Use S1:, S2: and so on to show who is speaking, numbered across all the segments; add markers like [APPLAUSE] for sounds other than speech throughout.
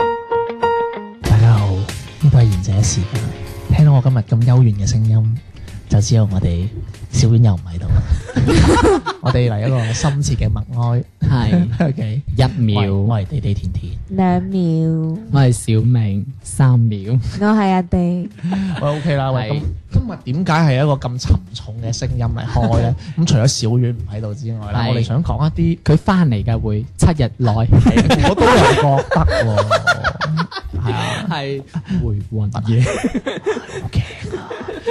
S1: 大家好，呢度係賢者時間。聽到我今日咁幽怨嘅聲音，就知道我哋小丸又唔喺度 [LAUGHS] 啦。我哋嚟一個深切嘅默哀。
S2: 係
S1: OK，
S2: 一秒，
S1: 我係地地甜甜，
S3: 兩秒，
S2: 我係小明，三秒，
S3: 我係阿地，
S1: 喂 OK 啦。喂，咁今日點解係一個咁沉重嘅聲音嚟開 [LAUGHS] 咧？咁除咗小丸唔喺度之外啦，
S2: 係
S1: 我哋想講一啲，
S2: 佢翻嚟嘅會七日內
S1: 我都有覺得 [LAUGHS] 喎，係啊。
S2: 係回魂夜，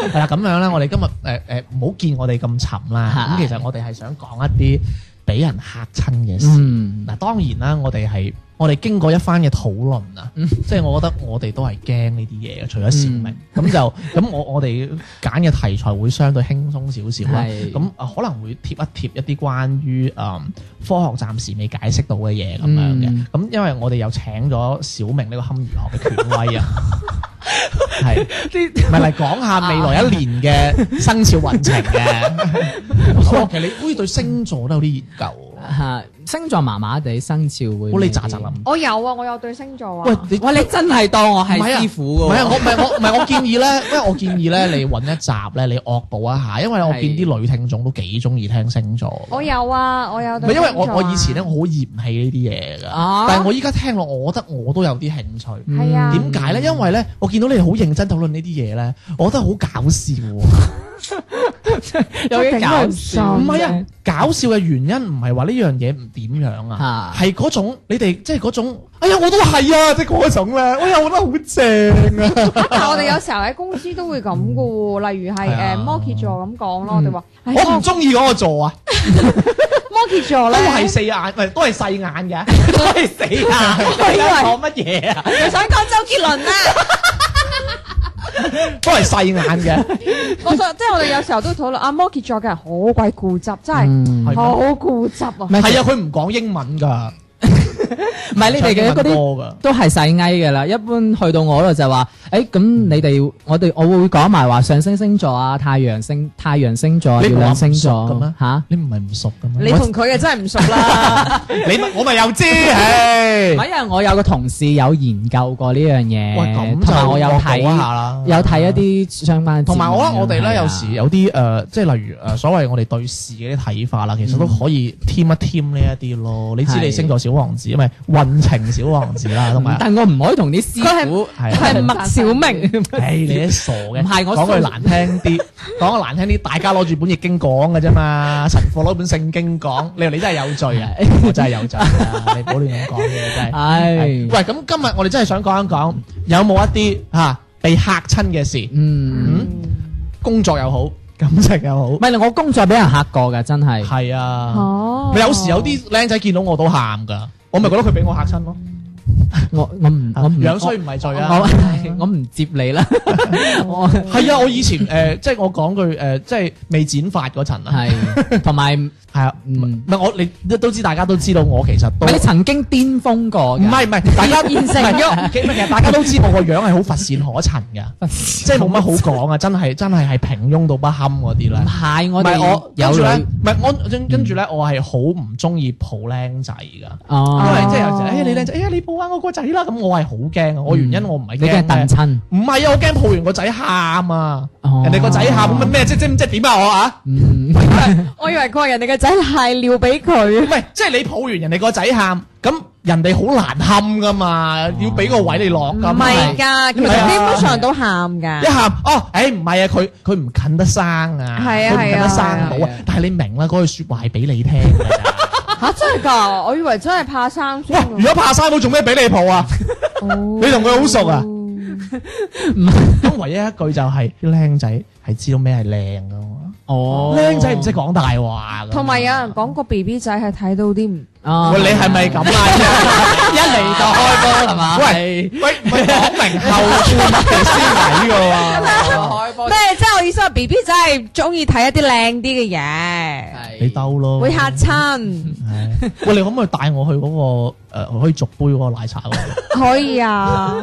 S1: 係啦，咁樣咧，我哋今日誒誒唔好見我哋咁沉 [LAUGHS] 啦。咁
S2: 係
S1: 其實我哋係想講一啲俾人嚇親嘅事。
S2: 嗯，
S1: 嗱，當然啦，我哋係我哋經過一番嘅討論啊，
S2: 嗯
S1: 即係我覺得我哋都係驚呢啲嘢嘅，除咗小明
S2: [LAUGHS]
S1: 咁就咁我我哋揀嘅題材會相對輕鬆少少啦。
S2: 係
S1: 咁啊可能會貼一貼一啲關於誒科學暫時未解釋到嘅嘢咁樣
S2: 嗯
S1: 嘅。咁因為我哋又請咗小明呢個堪輿學嘅
S2: [LAUGHS]
S1: 權威啊，係咪嚟講下未來一年
S2: 啊
S1: 嘅生肖運程
S2: [LAUGHS]
S1: 嘅？所以其實你好似對星座都有啲研究喎。
S2: 吓星座麻麻地，生肖會
S1: 好你咋咋諗
S3: 我有啊，我有對星座
S1: 喂
S3: 啊，，
S1: 你
S2: 哇！你真係當我係
S1: 唔係啊
S2: 師傅
S1: 唔
S2: 㗎
S1: 係啊，我
S2: 喎，
S1: 唔係我唔係我建議咧， [LAUGHS] 因為我建議咧，你揾一集咧，你惡補一下，因為我見啲女聽眾都幾中意聽星座。
S3: 我有啊，我有
S1: 唔
S3: 對
S1: 係因為
S3: 星座
S1: 我
S3: 啊
S1: 我以前咧，我好嫌棄呢啲嘢
S2: 啊
S1: 㗎，但係我依家聽落，我覺得我都有啲興趣。
S3: 係啊，
S1: 點解咧？因為咧，我見到你哋好認真討論呢啲嘢咧，我覺得好搞笑喎。
S2: 有啲搞
S3: 我
S2: 笑，
S1: 唔係啊，搞笑嘅原因唔係話呢樣嘢唔點樣啊，
S2: 嚇
S1: 係嗰種你哋即係嗰種，哎呀我都係啊，即係嗰種咧，哎呀我覺得好正啊。
S3: 啊但係我哋有時候喺公司都會咁噶喎，例如係
S1: 係啊嗯哦
S3: 誒摩羯座咁講咯，我哋話唉
S1: 我唔
S3: 摩
S1: 中意嗰個座啊，
S3: 摩羯座
S1: 都
S3: 咧，
S1: 哦係四眼，唔係都係細眼嘅，
S2: [LAUGHS]
S1: 都係四眼。你想講乜嘢啊？
S3: 你想講周杰倫啊？ [LAUGHS]
S1: 都係細眼嘅，
S3: 我想即係我哋有時候都討論啊，摩羯座嘅人好鬼固執，真係
S2: 嗯
S1: 係咩
S3: 好固執啊！
S1: 係啊，佢唔講英文㗎，
S2: 唔
S1: [LAUGHS]
S2: 係你哋嘅嗰
S1: 唱英文歌
S2: 啲。
S1: 㗎。
S2: 都係細埃嘅啦，一般去到我嗰度就話，誒、咁你哋我哋我會講埋話上升星座啊、太陽星、太陽星座啊、
S1: 你
S2: 月
S1: 唔係
S2: 亮星
S1: 唔熟嘅
S2: 座
S1: 咩
S2: 嚇，
S1: 你唔係唔熟㗎
S3: 你
S1: 咩？
S3: 同佢嘅真係唔熟啦，
S1: 你咪我咪
S2: [LAUGHS]
S1: 又知，唉
S2: 唔係因為我有個同事有研究過呢樣
S1: 喂咁
S2: 嘢，
S1: 就
S2: 同埋我有
S1: 惡補一下
S2: 睇
S1: 啦，
S2: 有睇一啲相關嘅節目，
S1: 同埋我覺得我哋
S2: 係
S1: 咧
S2: 啊
S1: 有時有啲誒、呃即係例如誒、呃所謂我哋對事嘅啲睇法啦，其實都可以添一添呢一啲咯。你知
S2: 嗯係
S1: 你星座小王子，咪運程小王子啦，同埋
S2: 但我唔可以同啲師傅
S1: 係啊
S4: 係麥小
S2: [LAUGHS]
S4: 明，
S1: 唉，你啲傻嘅，
S2: 唔係我
S1: 講句
S2: 信
S1: 難聽
S2: [LAUGHS]
S1: 啲，講句難聽啲，大家攞住本易經講嘅啫嘛，神父攞本聖經講，你話你真係有罪啊！我真係有
S2: [LAUGHS]
S1: 罪啊！你唔好亂咁講嘢真係。喂，
S2: 係，
S1: 咁今日我哋真係想講一講，有冇一啲嚇被嚇親嘅事？
S2: 嗯，
S1: 工作又好，感情又好
S2: 唔，係我工作俾人嚇過㗎，真係。
S1: 係啊，
S3: 哦
S1: 咪有時有啲僆仔見到我都喊噶，我咪覺得佢俾我嚇親咯。
S2: 我我唔我唔
S1: 樣衰唔係罪啊
S2: 我！我唔接你
S1: [LAUGHS]
S2: 啦，我
S1: 係啊，我以前誒，即係我講句誒，即係未剪髮嗰陣啊，
S2: 係同埋唔
S1: 係啊，唔
S2: 嗯
S1: 唔係我你都知，大家都知道我其實都
S2: 係你曾經巔峰過
S1: 唔
S2: 㗎，
S1: 係唔 [LAUGHS] 係，大家
S3: 現成
S1: 唔係其實大家都知我個樣係好乏善可陳 [LAUGHS] 噶，即係冇乜好講啊！真係真係係平庸到不堪嗰啲咧
S2: 唔。係
S1: 唔
S2: 我
S1: 係
S2: 哋
S1: 我嗯跟
S2: 有
S1: 住咧，
S2: 女
S1: 唔係我跟跟住咧，我係好唔中意抱僆仔噶。因為
S2: 哦，
S1: 即係有時，哎呀你靚仔，哎呀你抱翻我個仔啦，咁我係好驚啊！我原因我唔係
S2: 你嘅
S1: 驚
S2: 鄧
S1: 咧，
S2: 親，
S1: 唔係啊，我驚抱完個仔喊啊，
S2: 哦
S1: 人哋個仔喊咁咩，即即即點啊我啊，
S2: 嗯，
S3: 我以為佢係人哋嘅仔瀨尿俾佢
S1: 唔，係即係你抱完人哋個仔喊，咁人哋好難堪噶嘛，要俾個位你落
S3: 唔
S1: 噶嘛，
S3: 係㗎，其實
S1: 係啊
S3: 基本上都喊
S1: 一
S3: 㗎，
S1: 喊哦，誒唔係啊，佢佢唔近得生啊，
S3: 係
S1: 佢
S3: 啊
S1: 唔近
S3: 係啊
S1: 得生到
S2: 係啊，
S1: 啊但係你明啦，嗰句説話係俾你聽
S3: [LAUGHS]
S1: 㗎咋。
S3: 吓真係㗎，我以為真係怕生疏
S1: 喂，如果怕生到做咩俾你抱啊？你同佢好熟啊？咁唯一一句就係啲僆仔係知道咩係靚噶嘛。
S2: 哦，
S1: 僆仔唔識講大話㗎
S3: 同埋有人講個 B B 仔係睇到啲唔
S2: 啊，
S1: 喂，你係咪咁啊？
S2: [LAUGHS] 一嚟就開
S1: [LAUGHS]
S2: 波係嘛？喂，
S1: 喂，唔係講明後半嘅思維㗎喎。
S2: 開波
S3: 咩？即係我意思話 B B 仔係中意睇一啲靚啲嘅嘢，
S2: 係
S1: 你兜咯。
S3: 會
S1: [LAUGHS]
S3: 嚇親。
S1: 係喂，你可唔可以帶我去嗰個誒可以續杯嗰個奶茶嗰度？
S3: 可以啊，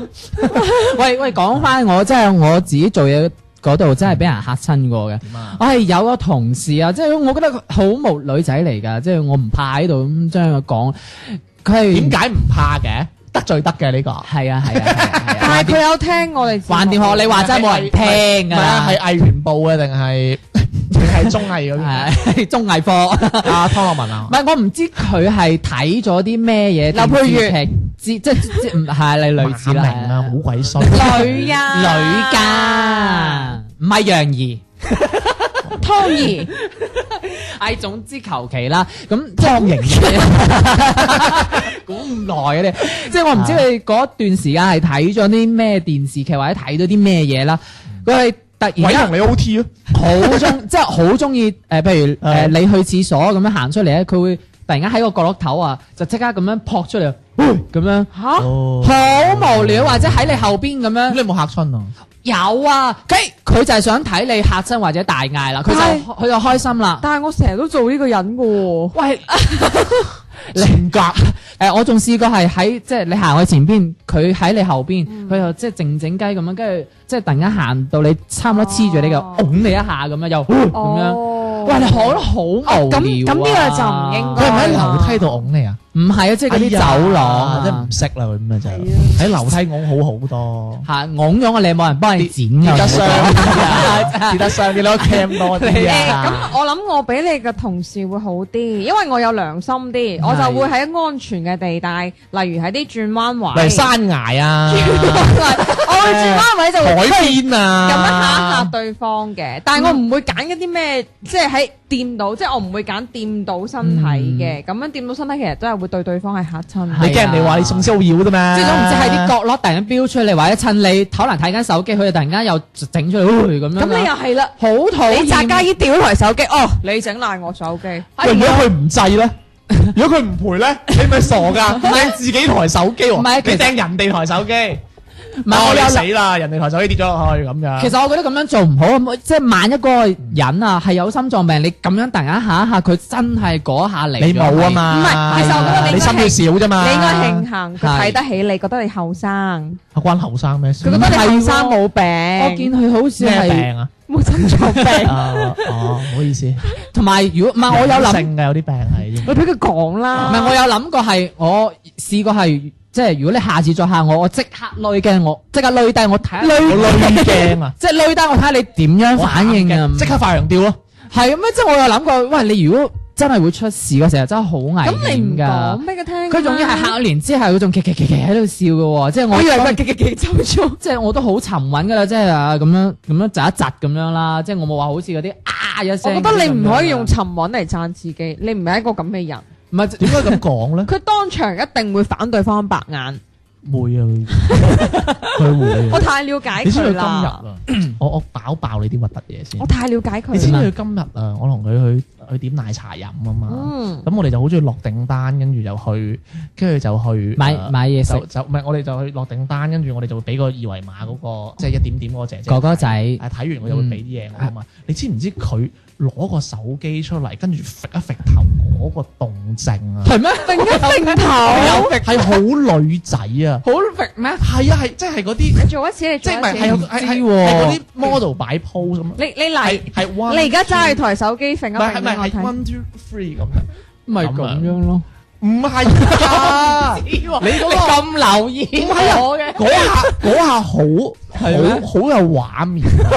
S2: 喂喂，講翻我即係我自己做嘢嗰度，真係俾人嚇親過嘅。
S1: 點啊？
S2: 我係有個同事啊，即係我覺得佢好無女仔嚟㗎，即係我唔怕喺度咁將佢講。佢係
S1: 點解唔怕嘅？得罪得嘅呢個。
S2: 係啊係啊係啊
S1: [LAUGHS]
S3: 但係佢有聽我哋節目。
S2: 橫掂學你話齋冇人聽㗎
S1: 唔係啊，
S2: 啦，
S1: 係藝員部嘅定係定係綜藝嗰邊？
S2: 係啊綜藝課。
S1: 阿湯樂文啊
S2: [LAUGHS] 唔，係，我唔知佢係睇咗啲咩嘢
S3: 劉佩玥
S2: 電視劇之，即即即唔係
S1: [LAUGHS]
S2: 你類似啦，
S1: 馬明啊，好鬼衰。
S3: 女啊，
S2: 係啊女㗎，唔係楊怡。
S3: 湯兒，
S2: 唉，總之求其啦，咁湯盈嘅， [LAUGHS] 估唔耐嘅你，即係我唔知你嗰段時間係睇咗啲咩電視劇或者睇咗啲咩嘢啦，佢係突然
S1: [LAUGHS] 鬼
S2: 間
S1: 同你 O T 咯，
S3: [LAUGHS]
S2: 好中，即係好中意誒，譬如誒、
S1: 嗯
S2: 你去廁所咁樣行出嚟咧，佢會突然間喺個角落頭啊，就即刻咁樣撲出嚟，喂咁樣。
S3: 吓，
S2: 好無聊，或者喺你後邊咁
S1: 咁
S2: 樣
S1: 你冇嚇親啊？
S2: 有啊，佢佢就係想睇你嚇親或者大嗌啦，佢
S3: 但
S2: 就
S3: 係
S2: 佢就開心啦。
S3: 但係我成日都做呢個人噶喎。
S2: 喂，性格 [LAUGHS] 誒，我仲試過係喺即係你行去前邊，佢喺你後邊，佢又即係靜靜雞咁樣，跟住即係突然間行到你差唔多黐住你嘅，
S3: 哦
S2: 拱你一下咁樣又咁樣。
S3: 哦
S2: 喂，你學得好無聊啊
S3: 哦咁咁呢個就唔應
S1: 佢
S3: 該
S1: 係咪喺樓梯度拱你啊？
S2: 唔係啊，即係嗰啲走廊
S1: 真係唔識啦，佢咁啊真係喺樓梯拱好好多。
S2: 嚇拱咗我，你冇人幫你剪
S1: 跌
S2: 啊！
S1: 得傷啲啊！ [LAUGHS] 跌得傷啲咯，cam
S3: [LAUGHS]
S1: 多啲
S3: 誒
S1: 啊！
S3: 咁我諗我比你嘅同事會好啲，因為我有良心啲，我就會喺安全嘅地帶，例如喺啲轉彎
S1: 例
S3: 位，
S1: 如
S3: [LAUGHS]
S1: 山
S2: [LAUGHS]
S1: 崖啊、
S3: 我會轉彎位就
S2: 啊
S1: 海
S3: 會
S1: 邊
S3: 咁樣嚇一嚇
S1: 啊，
S3: 對方嘅，但係我唔會揀一啲咩，即係喺掂到，即係我唔會揀掂到身體
S2: 嗯
S3: 嘅，咁樣掂到身體其實都係會對對方係嚇親。
S1: 你驚人哋話你性騷擾啫
S2: [LAUGHS]
S1: 嘛？
S2: 即係都唔知喺啲角落突然間飆出嚟，或者趁你偷能睇緊手機，佢就突然間又整出嚟，喂咁樣。啊
S3: 咁你又係啦，
S2: 好啊討厭。
S3: 你扎家依掉台手機，哦，你整爛我手機，
S1: 喂，如果佢唔制
S2: [LAUGHS]
S1: 咧，如果佢唔賠咧，你咪傻噶，掟自己台手機喎，
S2: 唔係其實
S1: 你掟人哋台手機，
S2: 唔係我
S1: 哦你
S2: 有諗。
S1: 死啦，人哋台手機跌咗落去咁樣。
S2: 其實我覺得咁樣做唔好，咁即係萬一嗰個人啊係有心臟病，你咁樣突然間嚇一嚇佢，真係嗰下嚟。
S1: 你冇啊？
S3: 唔
S1: 嘛，
S3: 係其實我覺得你
S1: 你心
S3: 應該係
S1: 血少啫嘛，
S3: 你應該慶幸佢
S2: 係
S3: 睇得起你，覺得你後生，
S1: 啊關後生咩事
S3: 佢覺？得你後生冇
S2: 我見
S3: 病，
S2: 佢好似
S1: 咩
S2: 係，
S1: 病啊？
S3: 冇心臟病。
S1: 啊哦，唔好意思，唔
S2: 同埋如果唔係我有諗，
S1: 性嘅有啲
S2: [LAUGHS]
S1: 病係。
S3: 你俾佢講
S2: 唔
S3: 啦，
S2: 係我有諗過係我試過係，即係如果你下次再嚇我，我即刻累嘅，我即刻累低我睇下，
S1: 我累驚啊！
S2: [LAUGHS] 即係累低我睇下你點樣反應啊！
S1: 即刻發羊吊咯！
S2: 係咁啊！即係我有諗過，喂，你如果真係會出事嗰時候，真係好危險㗎
S3: 咁你唔講俾佢聽，
S2: 佢仲要係嚇完之後，佢仲奇奇奇奇喺度笑嘅喎，即係我
S3: 我以為佢係極極極走咗。
S2: 即係我都好沉穩㗎啦，即係啊咁樣咁樣窒一窒咁樣啦，即係我冇話好似嗰啲啊一
S3: 我
S2: 聲。
S3: 覺得你唔可以用沉穩嚟讚自己，你唔係一個咁嘅人。
S2: 唔係
S3: [LAUGHS]
S1: 點解咁講咧？
S3: 佢當場一定會反對方白眼，
S1: 會啊， [LAUGHS] 佢佢會
S3: 我
S1: 啊。
S3: 太了解
S1: 你知唔
S3: 佢
S1: 知佢今日啊
S3: 啦，？
S1: 我我爆爆你啲核突嘢先
S3: 我。太了解佢
S1: 你知唔
S3: 啦。
S1: 知佢今日啊？我同佢去去點奶茶飲啊嘛。
S3: 嗯，
S1: 咁我哋就好中意落訂單，跟住就去，跟住就去
S2: 買
S1: 呃
S2: 買嘢
S1: 就
S2: 食，
S1: 就唔係我哋就去落訂單，跟住我哋就會俾個二維碼嗰
S3: 嗯
S1: 個即係一點點嗰個姐姐
S2: 哥哥仔
S1: 睇啊睇完我就會俾啲嘢我啊嘛。
S3: 嗯
S1: 你知唔知佢攞個手機出嚟，跟住揈一揈頭嗰個動靜啊？
S2: 係 [LAUGHS] 咩？
S3: 定一定頭，
S1: 係好女仔啊！
S2: 好揈咩？
S1: 係啊，係即係嗰啲，
S3: 你做一次，你
S1: 即
S3: 做一
S1: 係唔係係有
S3: 次。
S1: 係
S2: 知
S1: 係
S2: 喎
S1: 係嗰啲 model 擺 pose 咁，
S3: 你你嚟，
S1: 係係 one，
S3: 你而家揸住台手機揈一
S1: 唔係係
S3: 揈
S1: 咪
S3: 俾我
S1: 係
S3: 睇。
S1: one two three 咁樣？
S2: 咪
S1: 咁啊
S2: 咁樣咯。
S1: 唔係啊！
S2: 你
S1: 嗰個
S2: 咁留意
S1: 唔係啊
S2: 我嘅，
S1: 嗰下嗰下好好好
S2: 係咩
S1: 有畫面啊，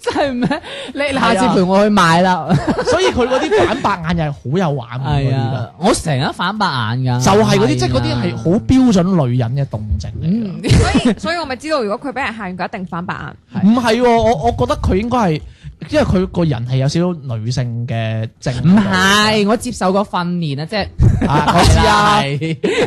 S2: 真係咩？ [LAUGHS] 你下次陪我去買 [LAUGHS] 啦。
S1: 所以佢嗰啲反白眼又係好有畫面
S2: 係
S1: 嗰啲㗎。
S2: 啊，我成日反白眼㗎。
S1: 就係嗰啲，
S2: 啊
S1: 即係嗰啲係好標準女人嘅動靜嚟㗎。
S2: 嗯
S3: 所以所以我咪知道，如果佢俾人嚇完，佢一定反白眼。
S2: 係
S1: 唔係喎，我我覺得佢應該係，因為佢個人係有少少女性嘅症。
S2: [LAUGHS] 唔係，我接受過訓練啊，即係 [LAUGHS]
S1: 啊，我知啊。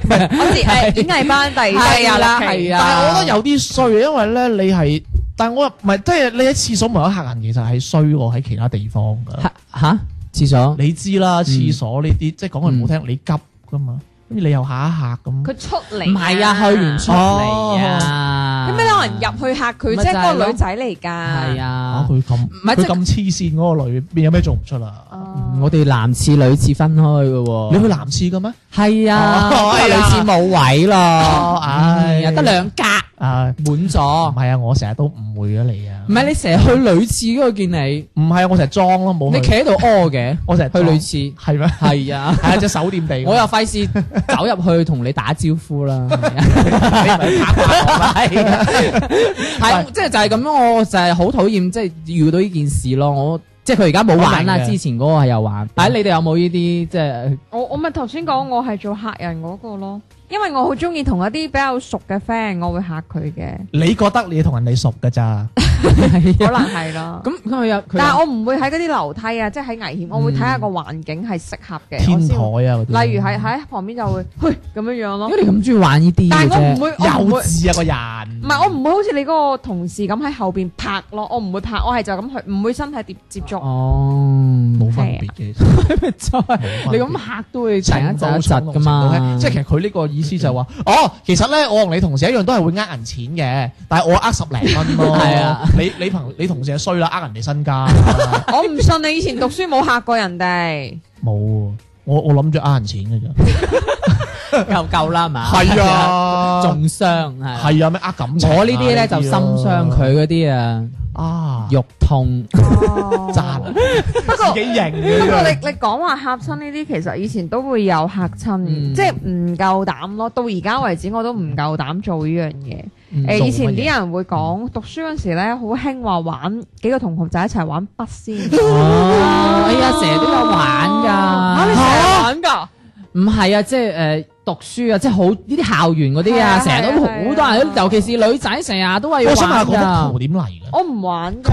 S3: 我知誒演藝班第
S2: 係
S3: 四啊
S2: 啦
S3: 啦，
S2: 係啊
S1: 但係我覺得有啲衰，因為咧你係但係我又唔係，即係你喺廁所門口嚇人，其實係衰過喺其他地方㗎。
S2: 吓吓，厕所
S1: 你知啦，廁所呢啲即係講句唔好聽，你急㗎嘛，咁你又嚇一嚇咁。
S3: 佢出嚟
S2: 唔係啊，去完出嚟啊，
S3: 有咩可能入去嚇佢
S2: 咪
S3: 啫？
S2: 就係
S3: 嗰
S2: 咯
S3: 個女仔嚟㗎，
S2: 係
S1: 啊
S2: 啊！
S1: 佢咁
S2: 唔係
S1: 佢
S2: 即係
S1: 咁黐線嗰個女，邊有咩做唔出啊？
S3: 哦
S2: 我哋男廁女廁分開嘅喎，
S1: 你去男廁嘅咩？
S2: 係啊，因
S1: 哦
S2: 為
S1: 哎
S2: 女
S1: 呀
S2: 廁冇位咯，
S1: 唉
S2: 嗯得兩格
S1: 啊，
S2: 滿
S1: 唔
S2: 咗，
S1: 係啊，我成日都誤會咗你啊
S2: 唔。係你成日去女廁嗰度見你，
S1: 唔係啊，我成日裝咯，冇
S2: 你企
S1: 去。
S2: 喺度屙嘅，
S1: 我成日
S2: 去
S1: 裝
S2: 女廁
S1: 係咩？
S2: [LAUGHS] 係啊。
S1: 係啊，隻手掂地。
S2: [LAUGHS] 我又費事走入去同你打招呼 [LAUGHS] 啦，啊係啊係即係就係咁樣，我就係好討厭即係遇到呢件事咯。我即係佢而家冇玩啦，
S1: 我明嘅
S2: 之前嗰個係有玩。但係你哋有冇呢啲即 [LAUGHS] 係
S3: 我我咪頭先講，我係做客人嗰個咯，因為我好中意同一啲比較熟嘅 friend，我會嚇佢
S2: [LAUGHS]
S3: 嘅，
S1: 你覺得你同人哋熟㗎咋？
S3: 可能係啦。
S2: 咁佢有佢
S3: 但係
S2: 有
S3: 我唔會喺嗰啲樓梯啊，即係喺危險，我會睇下個環境係適合嘅。
S1: 天
S3: 我
S1: 台
S3: 先
S1: 啊嗰啲。
S3: 例如係喺旁邊就會， [LAUGHS] 嘿咁樣樣
S2: 如。
S3: 咯
S2: 果你咁中意玩呢啲嘅
S3: 但係我唔
S2: 啫，
S3: 會，我唔
S1: 幼
S3: 會，
S1: 稚啊個人。
S3: 唔係我唔會好似你嗰個同事咁喺後邊拍咯，我唔會拍，我係就咁去，唔會身體接接
S2: [LAUGHS]
S3: 觸。
S2: 哦，
S1: 冇分 [LAUGHS] 別嘅，
S2: 就係你咁嚇都會成一窒一窒噶
S1: 噶
S2: 嘛，
S1: 即係其實佢呢個意思就係話，哦，其實咧我同你同事一樣都係會呃人錢嘅，但係我呃十零蚊咯。
S2: [LAUGHS] 係啊，
S1: 你你朋你同事就衰啦，呃人哋身
S2: [LAUGHS]
S1: 家。
S3: 我唔信你以前讀書冇嚇過人哋，
S1: 冇喎，我我諗住呃人錢嘅啫。
S2: 夠夠啦嘛，
S1: 係啊
S2: 重傷係啊。
S1: 係啊，咩呃感情啊？
S2: 我呢啲咧就心傷佢嗰啲啊，
S1: 啊，
S2: 肉痛。 [LAUGHS]
S1: 渣男
S3: 哦不過
S1: 自己型啊
S3: 不過你
S1: 嘅。
S3: 你講話嚇親呢啲，其實以前都會有嚇親，
S2: 嗯
S3: 即係唔夠膽咯。到而家為止，我都唔夠膽做呢樣嘢。
S2: 嗯
S3: 誒、
S1: 做
S3: 以前
S1: 乜嘢
S3: 啲人會講讀書嗰陣時咧，好興話玩幾個同學仔一齊玩筆仙。
S2: [LAUGHS] 哦，哎呀，成日都有玩
S3: 嚇啊你
S2: 噶，
S3: 成日玩㗎？
S2: 唔係啊，即係誒讀書啊，即係好呢啲校園嗰啲
S3: 係
S2: 啊，
S3: 啊
S2: 成日都
S3: 係啊係
S2: 好
S3: 啊
S2: 多人都，尤其是女仔，成日都話要
S1: 我想問下
S2: 玩
S1: 嗰幅
S2: 噶
S1: 圖。點嚟嘅？
S3: 我唔玩㗎
S2: 球。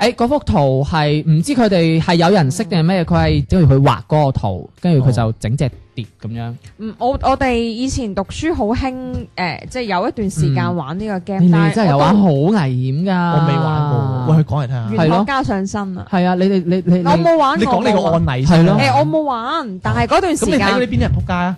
S2: 誒嗰幅圖係唔知佢哋係有人識定係咩？佢係跟住佢畫嗰個圖，跟住佢就整隻碟咁樣。
S3: 嗯，我我哋以前讀書好興誒，即係有一段時間玩呢個
S2: 嗯你
S3: game，、但
S2: 哋
S3: 係
S2: 真係有玩好危險㗎。
S1: 我未玩過，喂，佢講嚟聽下。
S2: 係
S3: 玄
S2: 咯
S3: 學家上身啊！
S2: 係啊，你哋你你
S3: 我冇玩
S1: 你
S3: 過，
S1: 講你個
S3: 我冇玩
S1: 案例
S2: 係
S1: 先
S2: 咯
S1: 啦。
S3: 誒我冇玩，但係嗰段
S1: 哦咁
S3: 時
S1: 你睇
S3: 間
S1: 到呢邊啲人撲街啊？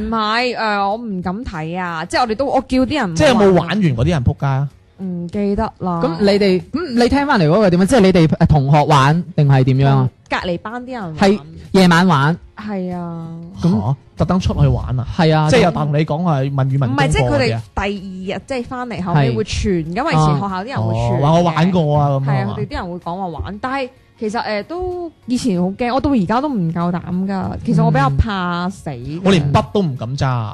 S3: 唔係誒，我唔敢睇啊！即係我哋都我叫啲人，
S1: 即係有冇玩？完嗰啲人撲街啊？
S3: 唔記得啦。
S2: 咁你哋咁你聽翻嚟嗰個點啊？即係你哋誒同學玩定係點樣啊？
S3: 隔離班啲人
S2: 係夜晚玩
S3: 係啊，
S2: 咁
S1: 咁特登出去玩啊？
S2: 係啊，
S1: 即係又同你講係問與問
S3: 唔係即係
S1: 係
S3: 佢哋第二日即係翻嚟後尾
S2: 係
S3: 會傳，因為以前學校啲人會傳
S1: 哦
S3: 嘅。
S1: 話我玩過啊咁
S3: 係
S1: 啊
S3: 啊，
S1: 嘛
S3: 佢哋，啲人會講話玩，但係其實誒都以前好驚，我到而家都唔夠膽噶。其實我比較怕死㗎，
S1: 嗯我連筆都唔敢揸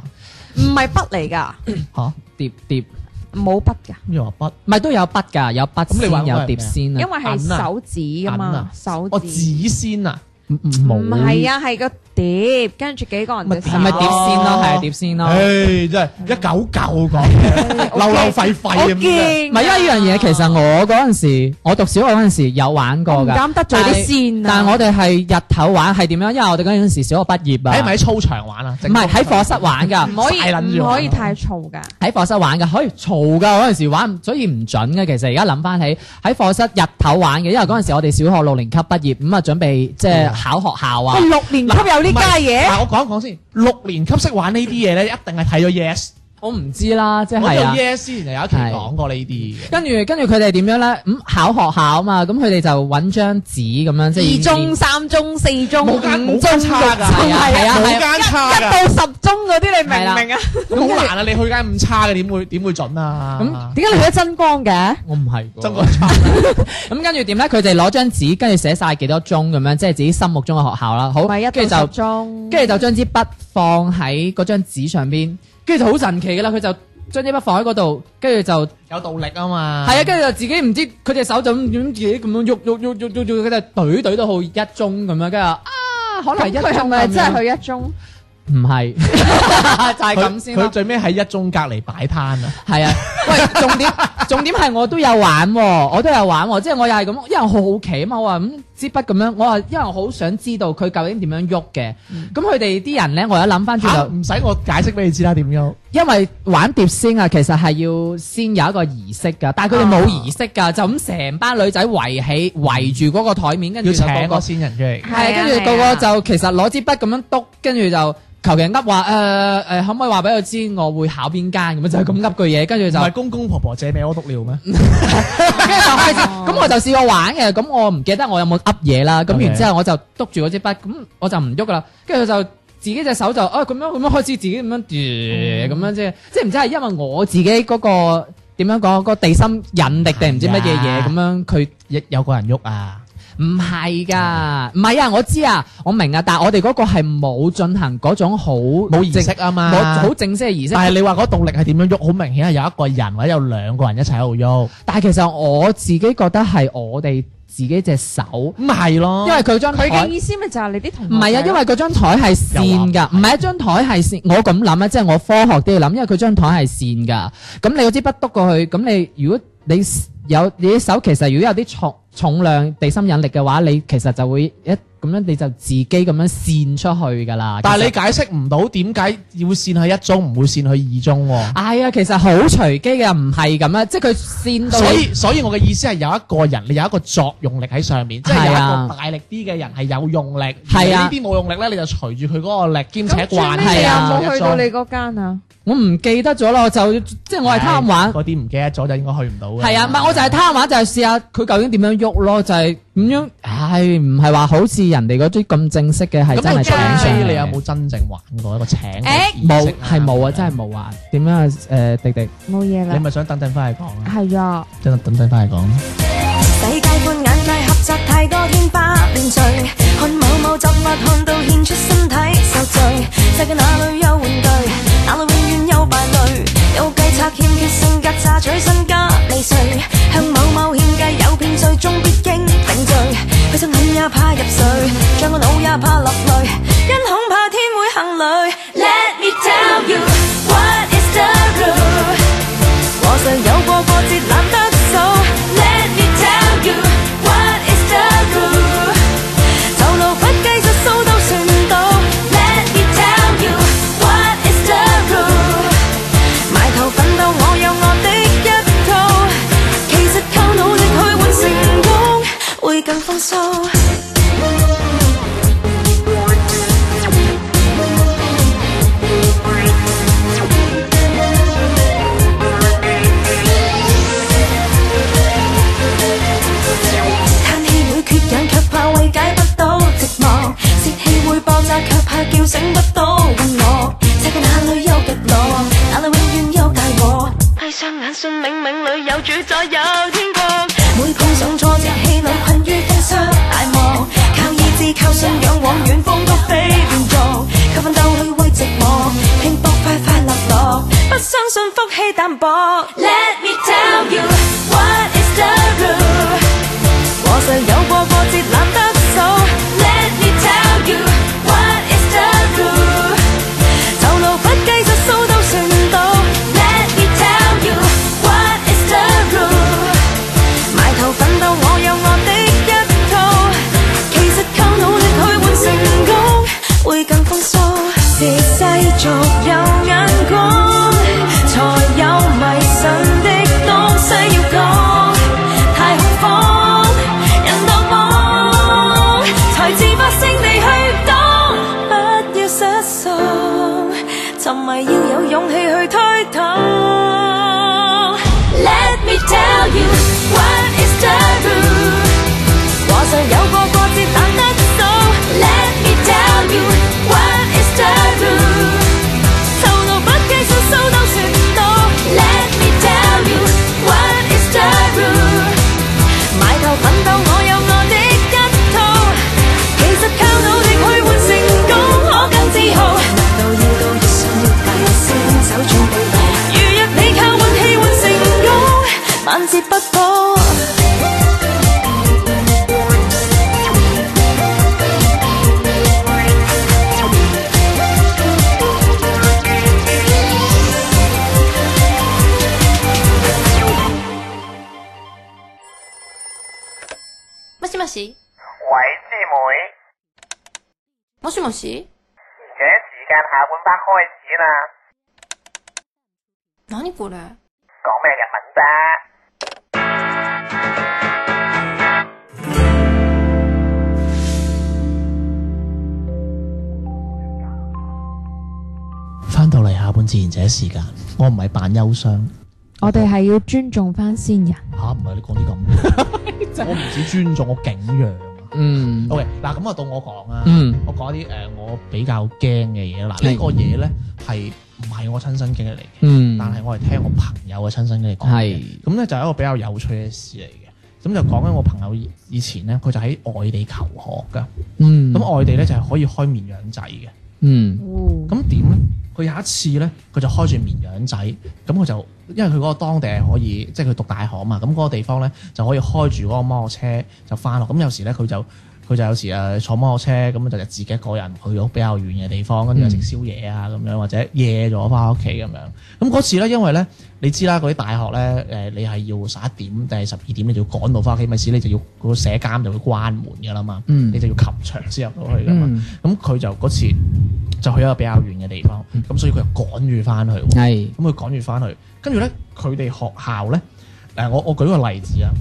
S3: 唔係筆嚟㗎，
S1: 吓，咁
S2: 碟碟，
S3: 冇筆㗎，
S1: 你話筆
S2: 唔係都有筆㗎，有筆
S1: 咁你玩
S2: 先
S1: 嗰個
S2: 有
S1: 係
S2: 碟
S1: 咩啊
S2: 先
S3: 因
S2: 啊，
S3: 為係
S1: 銀啊
S3: 手指㗎
S1: 銀
S3: 嘛
S1: 啊，
S3: 手
S1: 我
S3: 指。
S1: 紙先啊，
S2: 唔
S3: 唔
S2: 嗯冇
S3: 係啊，係個碟，跟住幾個人隻手。
S2: 係咪碟先咯？係碟先咯。
S1: 唉，真係一嚿嚿
S3: [LAUGHS]
S1: 講嘢，漏漏廢廢
S3: 我
S1: 咁啫。
S3: 驚
S2: 唔係因為呢樣嘢，其實我嗰陣時，我讀小學嗰陣時有玩過
S3: 我唔
S2: 㗎，
S3: 敢得罪啲線啊。
S2: 但係我哋係日頭玩係點樣？因為我哋嗰陣時小學畢業
S1: 喺咪
S2: 啊，
S1: 喺操場玩啊？
S2: 唔係喺課室玩
S1: [LAUGHS]
S2: 㗎，
S3: 唔可
S2: [LAUGHS]
S1: 大撚
S3: 以
S1: 咗
S3: 唔
S1: 啊
S3: 可以太嘈㗎。
S2: 喺課室玩嘅，可以嘈噶嗰陣時玩，所以唔準嘅。其實而家諗翻起喺課室日頭玩嘅，因為嗰陣時我哋小學六年級畢業，咁啊準備即
S1: 嗯
S2: 係考學校啊。
S3: 六年級有呢家嘢，
S1: 嗱，我講一講先，六年級識玩呢啲嘢咧，一定係睇咗 Yes。
S2: 我唔知啦，即
S1: 我
S2: 係
S1: 用
S2: 啊。
S1: Yes 之前就有一期講過呢
S3: [LAUGHS]
S1: 啲嘅。
S2: 跟住跟住佢哋點樣咧？咁、考學校啊嘛，咁佢哋就揾張紙咁樣，即
S3: 二
S2: 係
S3: 中、三中、四中、
S1: 冇間
S3: 五中、
S1: 冇間
S3: 六中，
S1: 差㗎，
S2: 係啊
S1: 冇
S2: 係
S1: 間差
S3: 一
S1: 㗎。
S3: 到十中嗰啲，你明唔明啊？
S1: 咁好難啊！你去間咁差嘅點會點會準啊？
S2: 咁
S3: 點解你去咗真光嘅？
S2: 我唔係
S1: 真個差
S2: 咁跟住點咧？佢哋攞張紙，跟住寫晒幾多中咁樣，即係自己心目中嘅學校啦。好，
S3: 咪一
S2: 跟住
S3: 到
S2: 就
S3: 十中，
S2: 跟住就將支筆放喺嗰張紙上邊，跟住就好神奇噶啦，佢就將支筆放喺嗰度，跟住就。
S1: 有道力啊嘛。
S2: 係啊，跟住就自己唔知佢隻手就咁咁自己咁樣喐喐喐喐喐喐，跟住懟懟到好一中咁樣，跟住啊，可能
S3: 咁
S2: 一中
S3: 佢係
S2: 咁
S3: 咪
S2: 樣
S3: 真係去一中？
S2: 唔係就係咁先
S1: 佢
S2: 咯，
S1: 最尾喺一中隔離擺攤啊！
S2: 係啊，喂，重點重點係我都有玩喎，我都有玩喎，即係我又係咁，因為我好奇啊嘛，我話咁支筆咁樣，我話因為我好想知道佢究竟點樣喐嘅。咁佢哋啲人咧，我而家諗翻轉
S1: 嚇
S2: 頭，
S1: 啊唔使我解釋俾你知啦，點樣？
S2: 因為玩碟仙啊，其實係要先有一個儀式㗎，但係佢哋冇儀式㗎，就咁成班女仔圍起圍住嗰個台面，跟住
S1: 要
S2: 就個
S1: 請
S2: 個
S1: 個仙人出
S2: 係，
S1: 嚟。
S3: 係啊
S2: 跟住個
S3: 係啊
S2: 個就其實攞支筆咁樣篤，跟住就求其噏話誒誒，可唔可以話俾我知我會考邊間咁樣，就係咁噏句嘢，跟住
S1: 唔
S2: 就
S1: 係公公婆婆借俾我督尿咩？
S2: 跟住就開始。咁我就試過玩嘅，咁我唔記得我有冇噏嘢啦。咁
S1: OK
S2: 然之後我就篤住嗰支筆，咁我就唔喐噶啦。跟住就自己隻手就啊咁樣咁樣開始自己咁樣呃咁樣啫，即係唔知係因為我自己嗰個點樣講個地心引力定唔知乜嘢嘢咁樣佢。
S1: 有有個人喐啊！
S2: 唔係㗎，唔係啊！我知啊，我明啊，但係我哋嗰個係冇進行嗰種好冇
S1: 冇儀式啊嘛
S2: 冇好正式嘅儀式。
S1: 但係你話嗰動力係點樣喐？好明顯係有一個人或者有兩個人一齊喺度喐，
S2: 但係其實我自己覺得係我哋自己隻手，
S1: 咁係咯。
S2: 因為佢張
S3: 佢嘅
S2: 台
S3: 意思咪就係你啲同
S2: 唔
S3: 學
S2: 係啊，因為嗰張台係線
S1: 又
S2: 㗎，唔係一張台係線。我咁諗啊，即係我科學都要諗，因為佢張台係線㗎。咁你嗰支筆篤過去，咁你如果你有你啲手其實如果有啲重重量地心引力嘅話，你其實就會一咁樣你就自己咁樣線出去㗎啦。
S1: 但
S2: 其
S1: 係
S2: 實
S1: 你解釋唔到點解要線去一中，唔會線去二中喎。
S2: 係啊，其實好隨機嘅，唔係咁啊，即係佢線到
S1: 所
S2: 你
S1: 以所以我嘅意思係有一個人，你有一個作用力喺上面，即係有一個大力啲嘅人係有用力，而你
S2: 啊係啊
S1: 呢啲冇用力咧，你就隨住佢嗰個力兼
S3: 咁
S1: 且
S3: 最尾
S1: 慣
S2: 係
S3: 你有
S2: 啊
S3: 冇去到你嗰間啊？
S2: 我唔記得咗咯，我就即係我係貪玩，
S1: 嗰啲唔記得咗就應該去唔到嘅。
S2: 係啊，唔係我就係貪玩，就係試下佢究竟點樣喐咯，就係咁樣，唉，唔係話好似人哋嗰啲咁正式嘅係真
S1: 咁
S2: 係
S1: 你
S2: 請
S3: 上
S2: 上
S1: 最
S3: 嚟
S2: 嚟
S1: 尾你有冇真正玩過一個請嘅
S3: 誒
S1: 儀式
S2: 冇
S1: 啊
S2: 係冇啊，真係冇啊，點樣啊？誒，迪迪，
S3: 冇嘢
S1: 你。咪想等陣翻嚟講啊？
S3: 係啊。
S1: 等等陣翻嚟講。
S5: 世界半眼界狹窄，太多天花亂墜。看某某作物，看到獻出身體受罪。世界哪裏有玩具，哪裏永遠有敗類。有計策欠缺性格，榨取身家利稅。向某某獻計，有騙罪，終必經定罪。佢想眼也怕入睡，將個腦也怕落淚，因恐怕天會行雷。Let me tell you what is the rule。我就有過過節懶得數，Let me tell you what is the rule。頭腦不計就數到算到，Let me tell you what is the rule。埋頭奮鬥，我有我的一套，其實靠努力去換成功，會更風騷。叹氣會缺氧，卻怕慰解不到寂寞；泄氣會爆炸，卻怕叫醒不到我。世界哪裏有極樂，哪裏永遠有大禍。閉上眼，信冥冥裏有主宰，有天國。每碰上挫折，氣餒困於風沙大漠，靠意志，靠信仰，往遠方都飛遠做。靠奮鬥去慰寂寞，拼搏快快樂樂，不相信福氣淡薄。Let me tell you what is the rule。我就有過過節懶得數，Let me tell you what is the rule。頭腦不計就數到算到，Let me tell you what is the rule。埋頭奮鬥，我有我的一套，其實靠努力去換成功，會更風騷。是世俗有眼光，才有迷信的東西要講，太恐慌，人當莽，才自發性地去擋，不要失喪，沉迷要有勇氣去推搪。Let me tell you what is the rule。我想有個過節懶得數。Let me tell you what is the rule。頭腦不計數數到算到。Let me tell you what is the rule。埋頭奮鬥，我有我的一套。其實靠努力去換成功，可更自豪。難道要到越上越大先找準備？如若你靠運氣換成功，萬劫不保。
S6: 妹，
S7: もしもし
S6: 而且時間下半 part 開始啦，
S7: 何これ
S6: 講咩日文啫？
S1: 翻到嚟下半自然者時間，我唔係扮憂傷
S3: 我哋係要尊重翻先人。
S1: 吓，唔係你講啲咁
S2: [LAUGHS]
S1: 嘅，我唔止尊重，我敬仰啊。
S2: 嗯
S1: OK，嗱咁啊，到我講啊，
S2: 嗯
S1: 我講一啲誒我比較驚嘅嘢啦。嗱
S2: 係
S1: 呢個嘢咧係唔係我親身經歷嚟嘅？
S2: 嗯，
S1: 但係我係聽我朋友嘅親身經歷講嘅
S2: 係。
S1: 咁咧就係一個比較有趣嘅事嚟嘅。咁就講緊我朋友以以前咧，佢就喺外地求學㗎。
S2: 嗯
S1: 咁外地咧就係可以開綿羊仔嘅。
S2: 嗯
S3: 哦
S1: 咁點咧？佢有一次咧，佢就開住綿羊仔，咁佢就因為佢嗰個當地係可以，即係佢讀大學啊嘛，咁嗰個地方咧就可以開住嗰個摩托車就翻學。咁有時咧佢就佢就有時誒坐摩托車，咁就自己一個人去到比較遠嘅地方，跟住又食宵夜啊咁樣，或者夜咗翻屋企咁樣。咁嗰次咧，因為咧你知啦，嗰啲大學咧誒，你係要十一點定係十二點，你就要趕到翻屋企，咪事你就要個社監就會關門㗎啦嘛，
S2: 嗯
S1: 你就要及場先入到去㗎嘛。
S2: 嗯
S1: 咁佢就嗰次就去一個比較遠嘅地方，
S2: 嗯
S1: 咁、所以佢就趕住翻去喎。
S2: 係
S1: 咁佢趕住翻去，跟住咧佢哋學校咧，誒、我我舉個例子啊，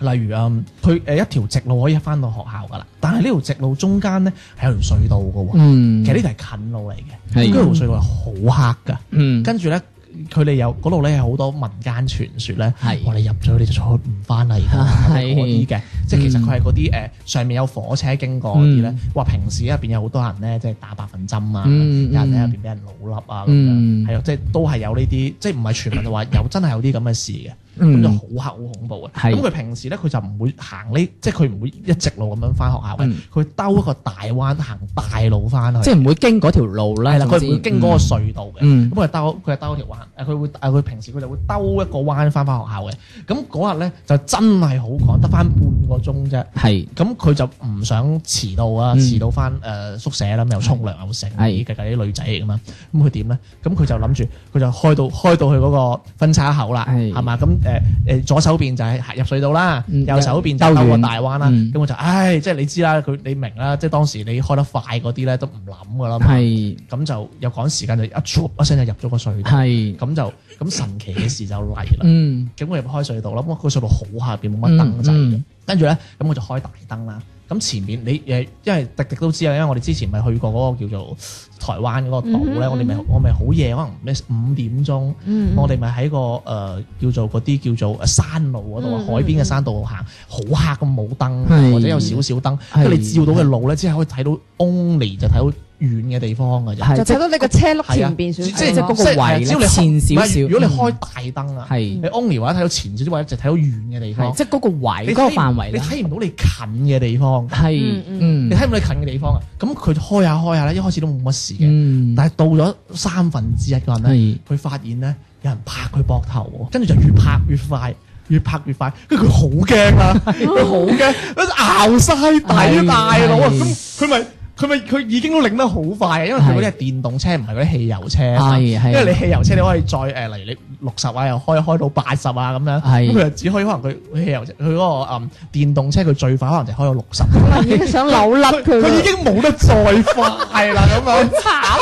S1: 例如啊，嗯佢誒一條直路可以翻到學校噶啦，但係呢條直路中間咧係有條隧道噶喎，
S2: 嗯，
S1: 其實呢條係近路嚟嘅，
S2: 係
S1: 跟住條隧道係好黑噶，
S2: 嗯
S1: 跟住咧。佢哋有嗰度咧，有好多民間傳說咧，
S2: 係
S1: 我哋入咗去你就出唔翻嚟㗎啦
S2: [LAUGHS] 係
S1: 嗰啲嘅，即係其實佢係嗰啲誒上面有火車經過嗰啲咧
S2: 嗯，
S1: 話平時入邊有好多人咧，即係打百分針啊，
S2: 嗯
S1: 有人喺入邊俾人老笠啊咁
S2: 嗯
S1: 樣，係啊，即係都係有呢啲，即係唔係傳聞就話有真係有啲咁嘅事嘅。
S2: 嗯
S1: 咁就好黑好恐怖嘅，
S2: 係
S1: 咁佢平時咧佢就唔會行呢，即係佢唔會一直路咁樣翻學校嘅
S2: 嗯，
S1: 佢兜一個大彎行大路翻去，
S2: 即係唔會經嗰條路啦，
S1: 係啦，佢
S2: 總
S1: 唔
S2: 之
S1: 會經嗰個隧道嘅，
S2: 嗯
S1: 咁佢兜佢係兜條彎，誒佢會誒佢平時佢就會兜一個彎翻返學校嘅，咁嗰日咧就真係好趕，得翻半個鐘啫，
S2: 係
S1: 咁佢就唔想遲到啊，
S2: 嗯
S1: 遲到翻誒宿舍啦，咁又沖涼又成，
S2: 係
S1: 計計啲女仔嚟噶嘛，咁佢點咧？咁佢就諗住佢就開到 [LAUGHS] 開到去嗰個分叉口啦，
S2: 係
S1: 係嘛？咁誒誒左手邊就係入隧道啦，
S2: 嗯
S1: 右手邊
S2: 兜
S1: 就兜個
S2: 遠
S1: 大彎啦，
S2: 嗯
S1: 咁我就唉，即係你知啦，佢你明啦，即係當時你開得快嗰啲咧都唔諗噶啦嘛。
S2: 係
S1: 咁就又趕時間就一唰一聲就入咗個隧道，
S2: 係
S1: 咁就咁神奇嘅事就嚟啦。
S2: 嗯
S1: 咁我入開隧道啦，咁個隧道好下邊冇乜燈掣
S2: 嗯
S1: 嘅
S2: 嗯，
S1: 跟住咧咁我就開大燈啦。咁前面你誒，因為迪迪都知啊，因為我哋之前咪去過嗰個叫做台灣嗰個
S2: 嗯
S1: 島咧，我哋咪我咪好夜，可能咩五點鐘，我哋咪喺個誒、呃叫做嗰啲叫做山路嗰度啊，海邊嘅山度行，好黑咁冇燈，
S2: 嗯係
S1: 或者有少少燈，
S2: 係
S1: 跟住你照到嘅路咧，只係可以睇到 only 就睇到遠嘅地方㗎啫。
S2: 係
S3: 就睇到你個車轆
S1: 係啊
S3: 前邊少
S1: 即
S3: 少咯，
S1: 係
S2: 即係嗰個位咧
S1: 只要你
S2: 前少少
S1: 唔係如果你開大燈啊，
S2: 係
S1: 你 only 或者睇到前少少，或者就睇到遠嘅地
S2: 係
S1: 方，
S2: 即係嗰個位
S1: 你
S2: 嗰個
S1: 睇唔
S2: 範圍
S1: 你
S2: 啦，
S1: 睇唔到你近嘅地方，
S2: 係嗯
S1: 你睇唔到你近嘅地方啊。咁佢開下開下咧，一開始都冇乜事嘅，
S2: 嗯
S1: 但係到咗三分之一嗰陣咧
S2: 係，
S1: 佢發現咧有人拍佢膊頭喎，跟住就越拍越快。越拍越快，跟住佢好驚啦，
S2: 哦
S1: 佢好驚，咬晒底
S2: 係
S1: 大佬啊！
S2: 係
S1: 咁佢咪佢咪佢已經都擰得好快啊，因為佢嗰啲係電動車，唔係嗰啲汽油車啊嘛。
S2: 係係
S1: 因為你汽油車你可以再誒，例如你六十啊，又開開到八十啊咁樣，
S2: 係
S1: 咁佢就只可以可能佢汽油車佢嗰個誒電動車佢最快可能就開到六十，佢
S3: 已經想扭甩佢
S1: 佢已
S3: 啦。
S1: 經冇得再快啦咁樣，
S2: 啊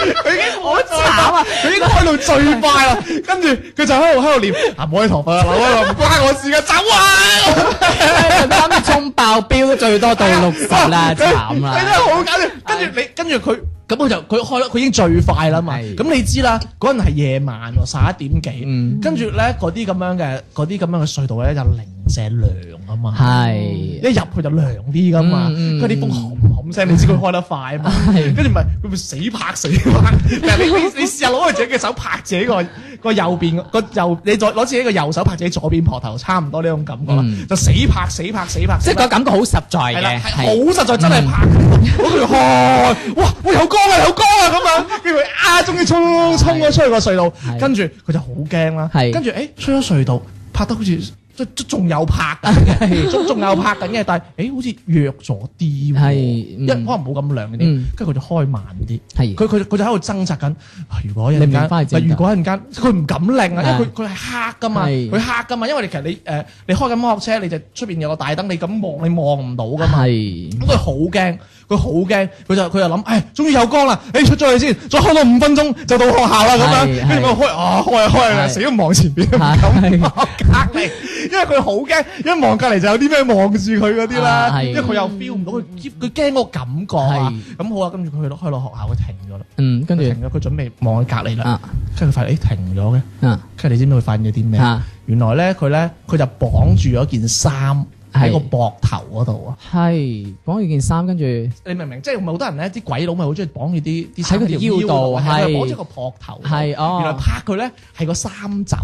S1: 佢已經好慘啊！佢已經開到最快啦，跟住佢就喺度喺度念啊唔可以同佢啊，嗱
S2: [LAUGHS]
S1: 我又唔關我事嘅，走啊！
S2: 啱衝爆標都最多到六十 [LAUGHS] 啦，慘
S1: [LAUGHS] 你真
S2: 啦，
S1: 係好搞笑。跟住你，跟住佢，咁佢就佢開佢已經最快啦嘛。
S2: 係
S1: 咁你知啦，嗰陣係夜晚喎，十一點幾
S2: 嗯。
S1: 跟住咧，嗰啲咁樣嘅嗰啲咁樣嘅隧道咧，就零舍涼啊嘛。
S2: 係
S1: 一入去就涼啲噶嘛，
S2: 嗯嗯
S1: 跟住啲風冚冚聲，你知佢開得快啊嘛，
S2: [LAUGHS] 係
S1: 跟住咪佢咪死拍死拍，但係你你你試下攞佢自己嘅手拍自己個個右邊個右，你再攞自己個右手拍自己左邊膊頭，差唔多呢種感覺啦，
S2: 嗯
S1: 就死拍死拍死拍，
S2: 即係
S1: 死拍
S2: 個感覺好實在
S1: 係啦，
S2: 嘅，嗯
S1: 係好實在，真係拍嗰條汗，哇！我有光啊，有光啊咁樣，跟住佢啊，終於衝衝咗出去個隧道，
S2: 係
S1: 跟住佢就好驚啦，
S2: 係
S1: 跟住誒出咗隧道，拍得好似即即仲有拍緊嘅， [LAUGHS] 仲仲有拍緊嘅，但係誒好似弱咗啲
S2: 係
S1: 喎，
S2: 嗯
S1: 一可能冇咁亮嗰
S2: 嗯
S1: 啲，跟住佢就開慢啲。
S2: 係
S1: 佢佢佢就喺度掙扎緊。啊如果一陣
S2: 你唔
S1: 間，
S2: 明返去
S1: 唔
S2: 剪
S1: 係如果一陣間，佢唔敢擰啊，因為
S2: 啊
S1: 佢佢係黑噶嘛，
S2: 係
S1: 佢黑噶嘛，因為你其實你誒你開緊摩托車，你就出邊有個大燈，你咁望你望唔到噶嘛。
S2: 係
S1: 咁佢好驚，佢好驚，佢就佢就諗，唉，終於有光啦，誒出咗去先，再開多五分鐘就到學校啦咁
S2: 係
S1: 樣，跟住我開啊開啊開啊，
S2: 係
S1: 死都唔望前邊，唔
S2: 係
S1: 敢望隔離，因為佢好驚，一望隔離就有啲咩望住佢嗰
S2: 啊
S1: 啲啦，
S2: 係嗯
S1: 因為佢又 feel 唔到，佢佢驚嗰個感覺啊
S2: 係，
S1: 咁好啊，跟住佢去到開到學校，佢停咗啦，
S2: 嗯，跟
S1: 佢
S2: 住
S1: 停咗，佢準備望喺隔離啦
S2: 啊，
S1: 跟住佢發現誒停咗嘅，
S2: 啊
S1: 跟住你知唔知佢發現咗啲咩？
S2: 啊
S1: 原來咧佢咧佢就綁住咗件衫喺個膊頭嗰度啊。
S2: 係綁住件衫，跟住
S1: 你明唔明？即係唔係好多人咧，啲鬼佬咪好中意綁住啲啲
S2: 喺佢條
S1: 衫條
S2: 腰度
S1: 啊
S2: 係
S1: 佢綁住個膊頭，
S2: 係哦
S1: 原來拍佢咧係個衫袖，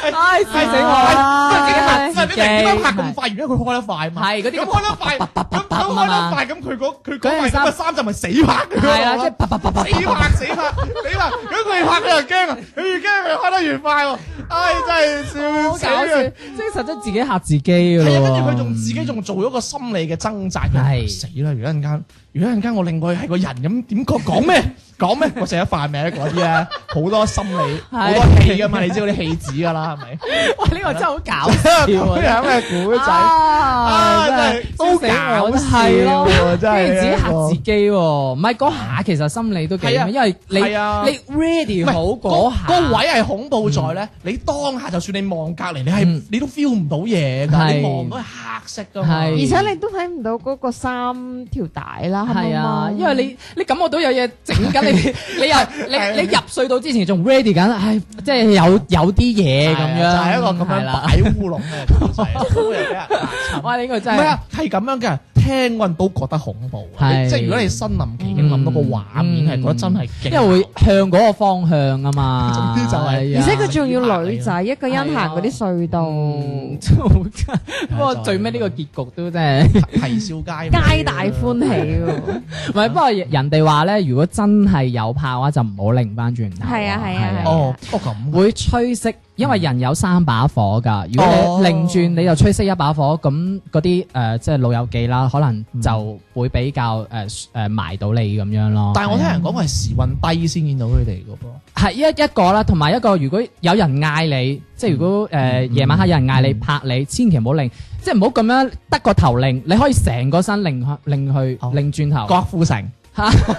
S2: 唉死
S1: 死我
S2: 啦
S1: 唔係你明點解拍咁快？原因為佢開得快嘛，
S2: 係嗰啲
S1: 咁開得快，咁咁
S2: 啪
S1: 開
S2: 嘛
S1: 得快，咁佢嗰
S2: 嗰
S1: 佢嗰
S2: 件衫
S1: 塊個衫就咪死拍佢
S2: 係啦，即係
S1: 係
S2: 啪啪啪啪啪
S1: 死拍死拍死拍，如果佢拍佢又驚啊，佢越驚佢開得越快喎，唉真係笑
S2: 好搞
S1: 死啊
S2: 笑，
S1: 佢。
S2: 即係實質自己嚇自己㗎
S1: 係
S2: 咯
S1: 啊，
S2: 喎。
S1: 跟住佢仲自己仲做咗個心理嘅掙扎，佢
S2: 係
S1: 死啦！如果一陣間，如果一陣間我令佢係個人咁，點講講咩 [LAUGHS] 講咩？我成日發名嗰啲咧，好多心理好多戲噶嘛，你知道啲戲子噶啦，係
S2: [LAUGHS]
S1: 咪？
S2: 喂，呢個真係好搞 [LAUGHS]
S1: 咁
S2: 笑啊！
S1: 樣嘅 [LAUGHS] 古仔，
S2: 啊
S1: 真係
S2: 都
S1: 好
S2: 搞
S1: 搞笑
S2: 係咯，
S1: 真係
S2: 跟住自己嚇
S1: 呢個
S2: 自己喎，唔係嗰下其實心理都幾
S1: 係啊，
S2: 因為你
S1: 係啊
S2: 你 ready 好嗰下，
S1: 個位係恐怖在咧，你當下就算你望隔離，你係
S2: 嗯
S1: 你都 feel 唔到嘢㗎，
S2: 係
S1: 你望到係黑色㗎嘛啊
S2: 係。
S3: 而且你都睇唔到嗰個三條帶啦，
S2: 係啊，因為
S3: 你
S2: 你你感覺到有嘢整緊你，你又
S1: 啊
S2: 你你入隧道之前仲 ready 緊，唉，即係有有啲嘢咁樣，
S1: 係啊就係一個咁
S2: 係
S1: 樣
S2: 啦
S1: 擺烏龍嘅
S2: [LAUGHS]
S1: 古仔，好又俾人嚇
S2: 哇！你呢個真
S1: 唔係
S2: 係
S1: 啊，係咁樣嘅，聽嗰人都覺得恐怖嘅，
S2: 係
S1: 即係如果你身臨其境諗到個畫面，係覺得真係
S2: 嗯因
S1: 勁，
S2: 為會啊向嗰個方向啊嘛。
S1: 總之就係
S2: 係啊
S3: 而
S1: [LAUGHS]
S3: 且佢仲要女仔一個人行嗰啲隧道，
S1: [LAUGHS]
S2: 嗯真係好驚 [LAUGHS] 不過最尾呢個結局都真係，
S1: 啼啊笑皆
S3: 皆大歡喜喎。
S2: 唔係不過人哋話咧，如果真係有炮嘅話，就唔好擰翻轉頭。
S3: 係啊係啊係啊
S1: [LAUGHS] 哦，哦咁嘅，
S2: 會吹熄，因為人有三把火㗎。如
S1: 哦
S2: 果你擰轉你就吹熄一把火，咁嗰啲誒即係老友記啦，可能
S3: 嗯
S2: 就會比較誒誒埋到你咁樣咯。
S1: 但係我聽人講係時運低先見到佢哋嘅噃，
S2: 係一一個啦，同埋一個如果有人嗌你，即係如果
S3: 嗯
S2: 誒夜晚黑有人嗌你拍你，千祈唔好擰，即係唔好咁樣得個頭擰，你可以成個身擰去擰去
S1: 哦
S2: 擰轉頭，
S1: 郭富城，
S2: [LAUGHS] 係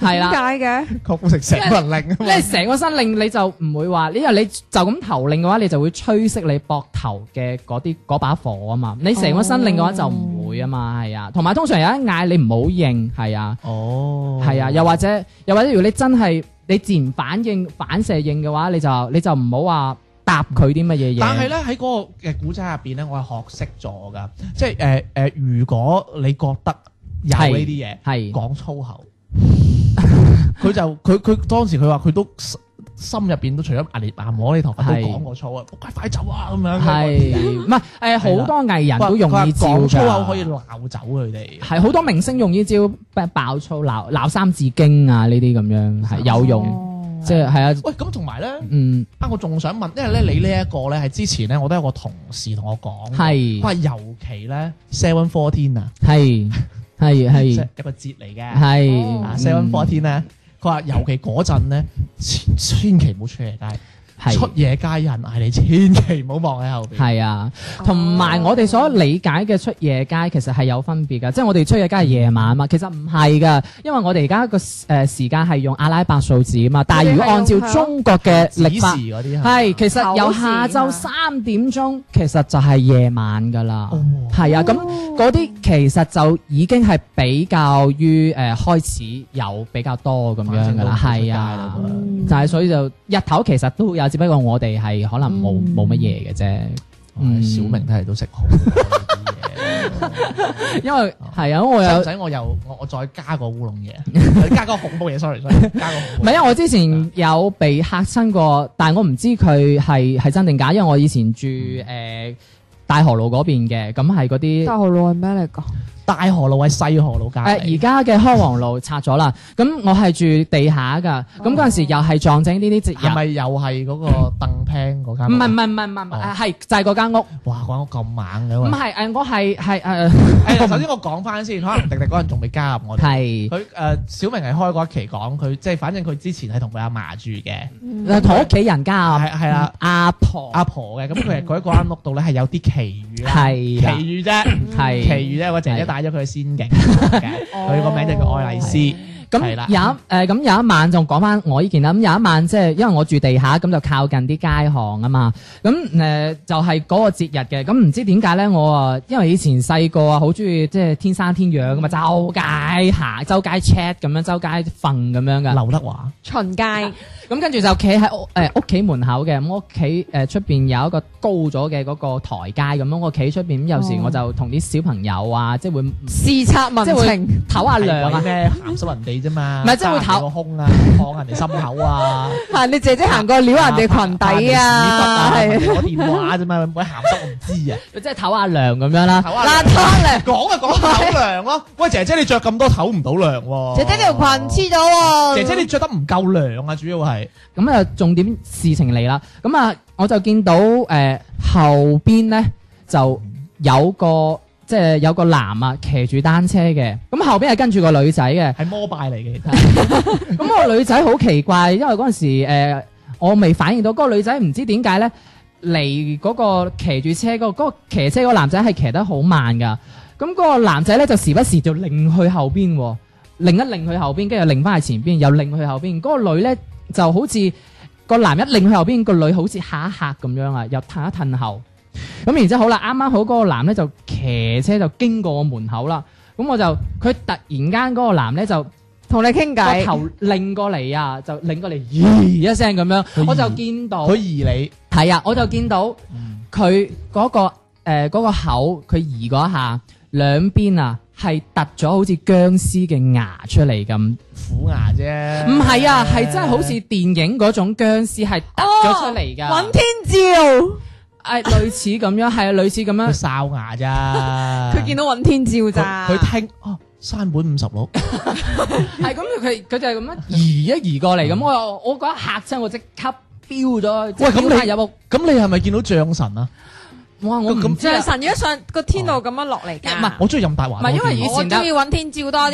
S3: 點
S2: 啦。
S3: 解嘅？
S1: 郭富城成個人令啊
S2: 你係成個身擰你就唔會話，因為你就咁頭擰嘅話，你就會吹熄你膊頭嘅嗰啲嗰把火啊嘛。你成個身擰嘅話就唔會啊
S1: 哦
S2: 嘛，係啊。同埋通常有一嗌你唔好應，係啊，
S1: 嘛，哦，
S2: 係啊。又或者又或者，如果你真係你自然反應反射應嘅話，你就你就唔好話答佢啲乜嘢嘢。
S1: 但係咧喺嗰個嘅古仔入邊咧，我係學識咗㗎，即係誒誒，如果你覺得有呢啲嘢。
S2: 係
S1: 講粗口， [LAUGHS] 佢就佢佢當時佢話佢都心心入邊都除咗阿烈阿我呢頭髮
S2: 係
S1: 都講過粗啊，快快走啊咁樣。
S2: 係，唔係誒好多藝人
S1: 佢話
S2: 都用呢
S1: 佢話
S2: 招
S1: 講粗
S2: 㗎
S1: 口可以鬧走佢哋。
S2: 係好多明星用呢招爆粗鬧鬧三字經啊呢啲咁樣係有用。
S1: 哦
S2: 即係係啊，
S1: 喂，咁同埋咧，
S2: 嗯，
S1: 啊，我仲想問，因為咧你呢一個咧係之前咧，我都有個同事同我講，
S2: 係
S1: 佢話尤其咧 Seven Fourteen 啊，
S2: 係係
S1: [LAUGHS] 即
S2: 係
S1: 係一個節嚟嘅。
S2: 係嗯
S1: 啊，Seven Fourteen 咧，佢話尤其嗰陣咧，千千祈唔好出夜街。出
S2: 係
S1: 夜街有人嗌你，千祈唔好望喺後邊。
S2: 係啊，同埋我哋所理解嘅出夜街其實係有分別㗎，即係我哋出夜街係夜晚嘛，其實唔係㗎，因為我哋而家個誒時間係用阿拉伯數字啊嘛，但係如果按照中國嘅
S1: 指
S2: 歷
S1: 示
S2: 法，
S1: 嗰啲
S2: 係其實由
S3: 口字
S2: 下
S3: 啊
S2: 晝三點鐘其實就係夜晚㗎啦
S1: 哦，
S2: 係啊，咁嗰啲其實就已經係比較於誒開始有比較多咁樣㗎啦，係啊。就係所以就日頭其實都有，只不過我哋係可能冇冇乜嘢嘅啫，嗯
S1: 唉哦小明睇嚟都識好多呢
S2: 因為
S1: 哦
S2: 係啊， [LAUGHS] 我
S1: 啲嘢。
S2: 有
S1: 使唔使我又我我再加個烏龍嘢， [LAUGHS] 加個恐怖嘢？sorry
S2: [LAUGHS]
S1: sorry，加個恐
S2: 唔
S1: 怖嘢。
S2: 係因為我之前有被嚇親過，但係我唔知佢係係真定假，因為呃我以前住誒大河路嗰邊嘅，咁係嗰啲
S3: 大河路係咩嚟㗎？
S1: 大河路喺西河路隔
S2: 誒而
S1: 離。
S2: 家嘅康王路拆咗啦，咁我係住地下㗎，咁嗰陣時又係撞正呢啲節
S1: 哦係
S2: 日，
S1: 咪又係嗰個凳廳嗰間
S2: 唔係
S1: 屋？
S2: 唔係唔係唔係唔
S1: 哦
S2: 係，係就係嗰間屋，
S1: 哇！嗰間屋咁猛嘅
S2: 唔
S1: 喂。
S2: 係誒，我係係誒
S1: 誒，首先我講翻先，可能迪迪嗰陣仲未加入我哋。
S2: 係
S1: 佢誒、呃小明係開過一期講佢，即係反正佢之前係同佢阿嫲住嘅，
S2: 誒同屋企人家
S1: 係係啦，
S2: 阿
S3: 哦
S2: 婆
S1: 阿婆嘅，咁
S3: [LAUGHS]
S1: 佢係嗰一個間屋度咧係有啲奇遇啦，
S2: 係啦
S1: 奇遇啫，
S3: 嗯
S1: 嗯
S2: 係
S1: 奇遇啫，我姐姐
S2: 係
S1: 帶咗佢去仙
S3: [LAUGHS]
S1: 境嘅，佢個名就叫愛麗絲，
S3: 哦
S2: 咁
S1: 係
S2: 有
S1: 啦
S3: 啊
S2: 一誒咁有一晚仲講翻我呢件啦，咁有一晚即係因為我住地下，咁就靠近啲街巷啊嘛，咁誒、呃就係、嗰個節日嘅，咁唔知點解咧，我啊因為以前細個啊好中意即係天生天養
S1: 嗯
S2: 噶嘛，周街行、周街 check 咁樣、周街瞓咁樣噶，
S1: 劉德華，
S3: 巡街
S2: 咁跟住就企喺屋誒屋企門口嘅，咁我屋企誒出邊有一個高咗嘅嗰個台階咁樣，我企出邊咁有時我就同啲小朋友啊，即係會
S3: 視察民
S2: 即係會
S3: 情，
S2: 唞下涼啊
S1: 係鬼。咩鹹濕人哋啫嘛，
S2: 唔係即係會
S1: 揸人哋個
S2: 唞
S1: 胸啊，放人哋心口
S3: [LAUGHS]
S1: 啊，
S3: 行你姐姐行過撩人哋裙底啊，
S1: 拍人哋
S3: 係
S1: 屎忽啊，攞電話啫嘛，冇鹹濕我唔知
S3: [LAUGHS]
S1: 啊，
S2: 即係唞下涼咁樣啦，
S3: 邋遢咧。
S1: 講啊講唞涼咯，喂姐姐你着咁多唞唔到涼
S2: 哦
S1: 喎，
S3: 姐姐條裙黐咗喎，
S1: 姐姐你着得唔夠涼啊，主要係。
S2: 咁啊，重點事情嚟啦。咁啊，我就見到誒、呃、後邊咧就有個即係有個男啊騎住單車嘅，咁後邊係跟住個女仔嘅。
S1: 係摩拜嚟嘅，其實
S2: 咁個女仔好奇怪，因為嗰陣時、呃、我未反應到，嗰、個女仔唔知點解咧嚟嗰個騎住車嗰、個嗰、個騎車嗰個男仔係騎得好慢㗎。咁、嗰個男仔咧就時不時就擰去後邊喎，擰一擰去後邊，跟住又擰翻去前邊，又擰去後邊。嗰、個女咧就好似個男一擰去後邊，個女好似嚇一嚇咁樣啊，又褪一褪後。咁然之後好啦，啱啱好嗰個男咧就騎車就經過我門口啦。咁我就佢突然間嗰個男咧就。
S3: 同你傾
S2: 個
S3: 偈，
S2: 頭擰過嚟啊，就擰過嚟，咦一聲咁樣，我就見到
S1: 佢嗯疑你，
S2: 係啊，我就見到佢嗰個誒嗰個口，佢移嗰一下兩邊啊，係突咗好似僵屍嘅牙出嚟咁。
S1: 虎牙啫。
S2: 唔係啊，係真係好似電影嗰種僵屍係突咗出嚟
S1: 哦
S2: 㗎，
S3: 尹天照，
S2: 誒類似咁樣，係啊類似咁
S1: 佢 [LAUGHS]
S2: 樣，
S1: 哨
S2: [LAUGHS]
S1: 牙咋？
S3: 佢見到尹天照咋，
S1: 佢佢聽哦，山本五十六，
S2: 係咁佢佢就係咁樣移一移過嚟咁，我我嗰一嚇親我即刻飆咗，即
S1: 嗯喂咁
S2: 係
S1: 你
S2: 飆翻入屋，
S1: 咁你係咪見到象神啊？
S2: 哇我唔
S1: 咁
S2: 知啊
S3: 象神如果上個天路咁樣落嚟㗎，
S2: 唔係
S1: 我中意任大華
S2: 唔係
S1: 多啲喎，
S2: 因為以
S3: 我
S2: 前都
S3: 中意尹天照
S1: [LAUGHS]
S3: 多啲。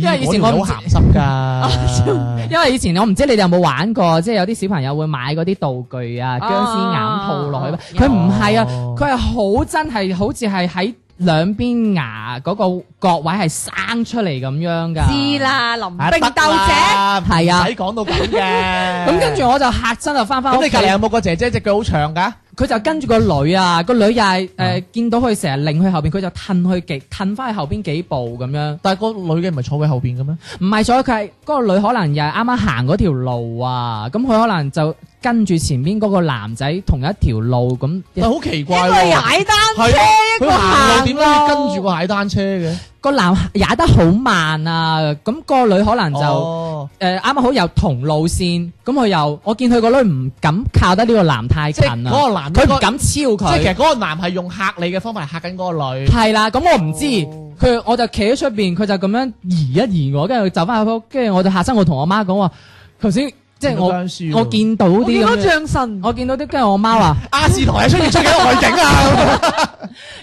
S2: 因為以前
S1: 咦
S2: 我唔
S1: 條女好
S2: [LAUGHS]
S1: 鹹濕㗎，
S2: 因為以前我唔知你哋有冇玩過，即係有啲小朋友會買嗰啲道具啊，僵屍眼套落去
S3: 啊。
S2: 佢唔係啊，
S1: 哦
S2: 佢係好真係好似係喺兩邊牙嗰個角位係生出嚟咁樣㗎。
S3: 知。啦，林
S1: 啊
S3: 並鬥者，
S1: 得啦
S2: 係啊
S1: 唔使講到咁嘅。
S2: [LAUGHS] 咁跟住我就嚇親就翻翻
S1: 咁
S2: 屋
S1: 你
S2: 企
S1: 隔，離有冇個姐姐隻腳好長㗎？
S2: 佢就跟住個女啊，個女又係誒見到佢成日擰去後邊，佢就褪去極褪翻去後邊幾步咁樣。
S1: 但係個女嘅唔係坐喺後邊嘅咩？
S2: 唔係，所以佢係嗰個女可能又係啱啱行嗰條路啊，咁佢可能就跟住前邊嗰個男仔同一條路咁。
S1: 但係好奇怪
S3: 一個
S1: 喎，
S3: 踩單
S1: 係
S3: 車，
S1: 啊
S3: 一個
S1: 佢行
S3: 行
S1: 路點解要跟住個踩單車嘅？
S2: 個男踩得好慢啊，咁、個女可能就誒
S1: 哦
S2: 啱啱好又同路線，咁佢又我見佢個女唔敢靠得呢個男太
S1: 即
S2: 近
S1: 係嗰
S2: 啊，
S1: 個男
S2: 佢唔
S1: 嗰個
S2: 敢超
S1: 即係其
S2: 佢，
S1: 實嗰個男係用嚇你嘅方法嚟嚇緊嗰個
S2: [LAUGHS]
S1: 女。
S2: 係啦，咁我唔知，
S1: 哦
S2: 佢、我就企喺出邊，佢就咁樣移一移我，跟住佢走翻入屋，跟住我就下身我同我媽講話，頭先即係我
S1: 僵屍喎
S2: 我見到
S3: 我見
S2: 啲
S3: 到
S2: 咁樣，
S3: 象神，
S2: 我見到啲，跟住我媽話，
S1: 亞視台係出現出幾多外景 [LAUGHS] 啊？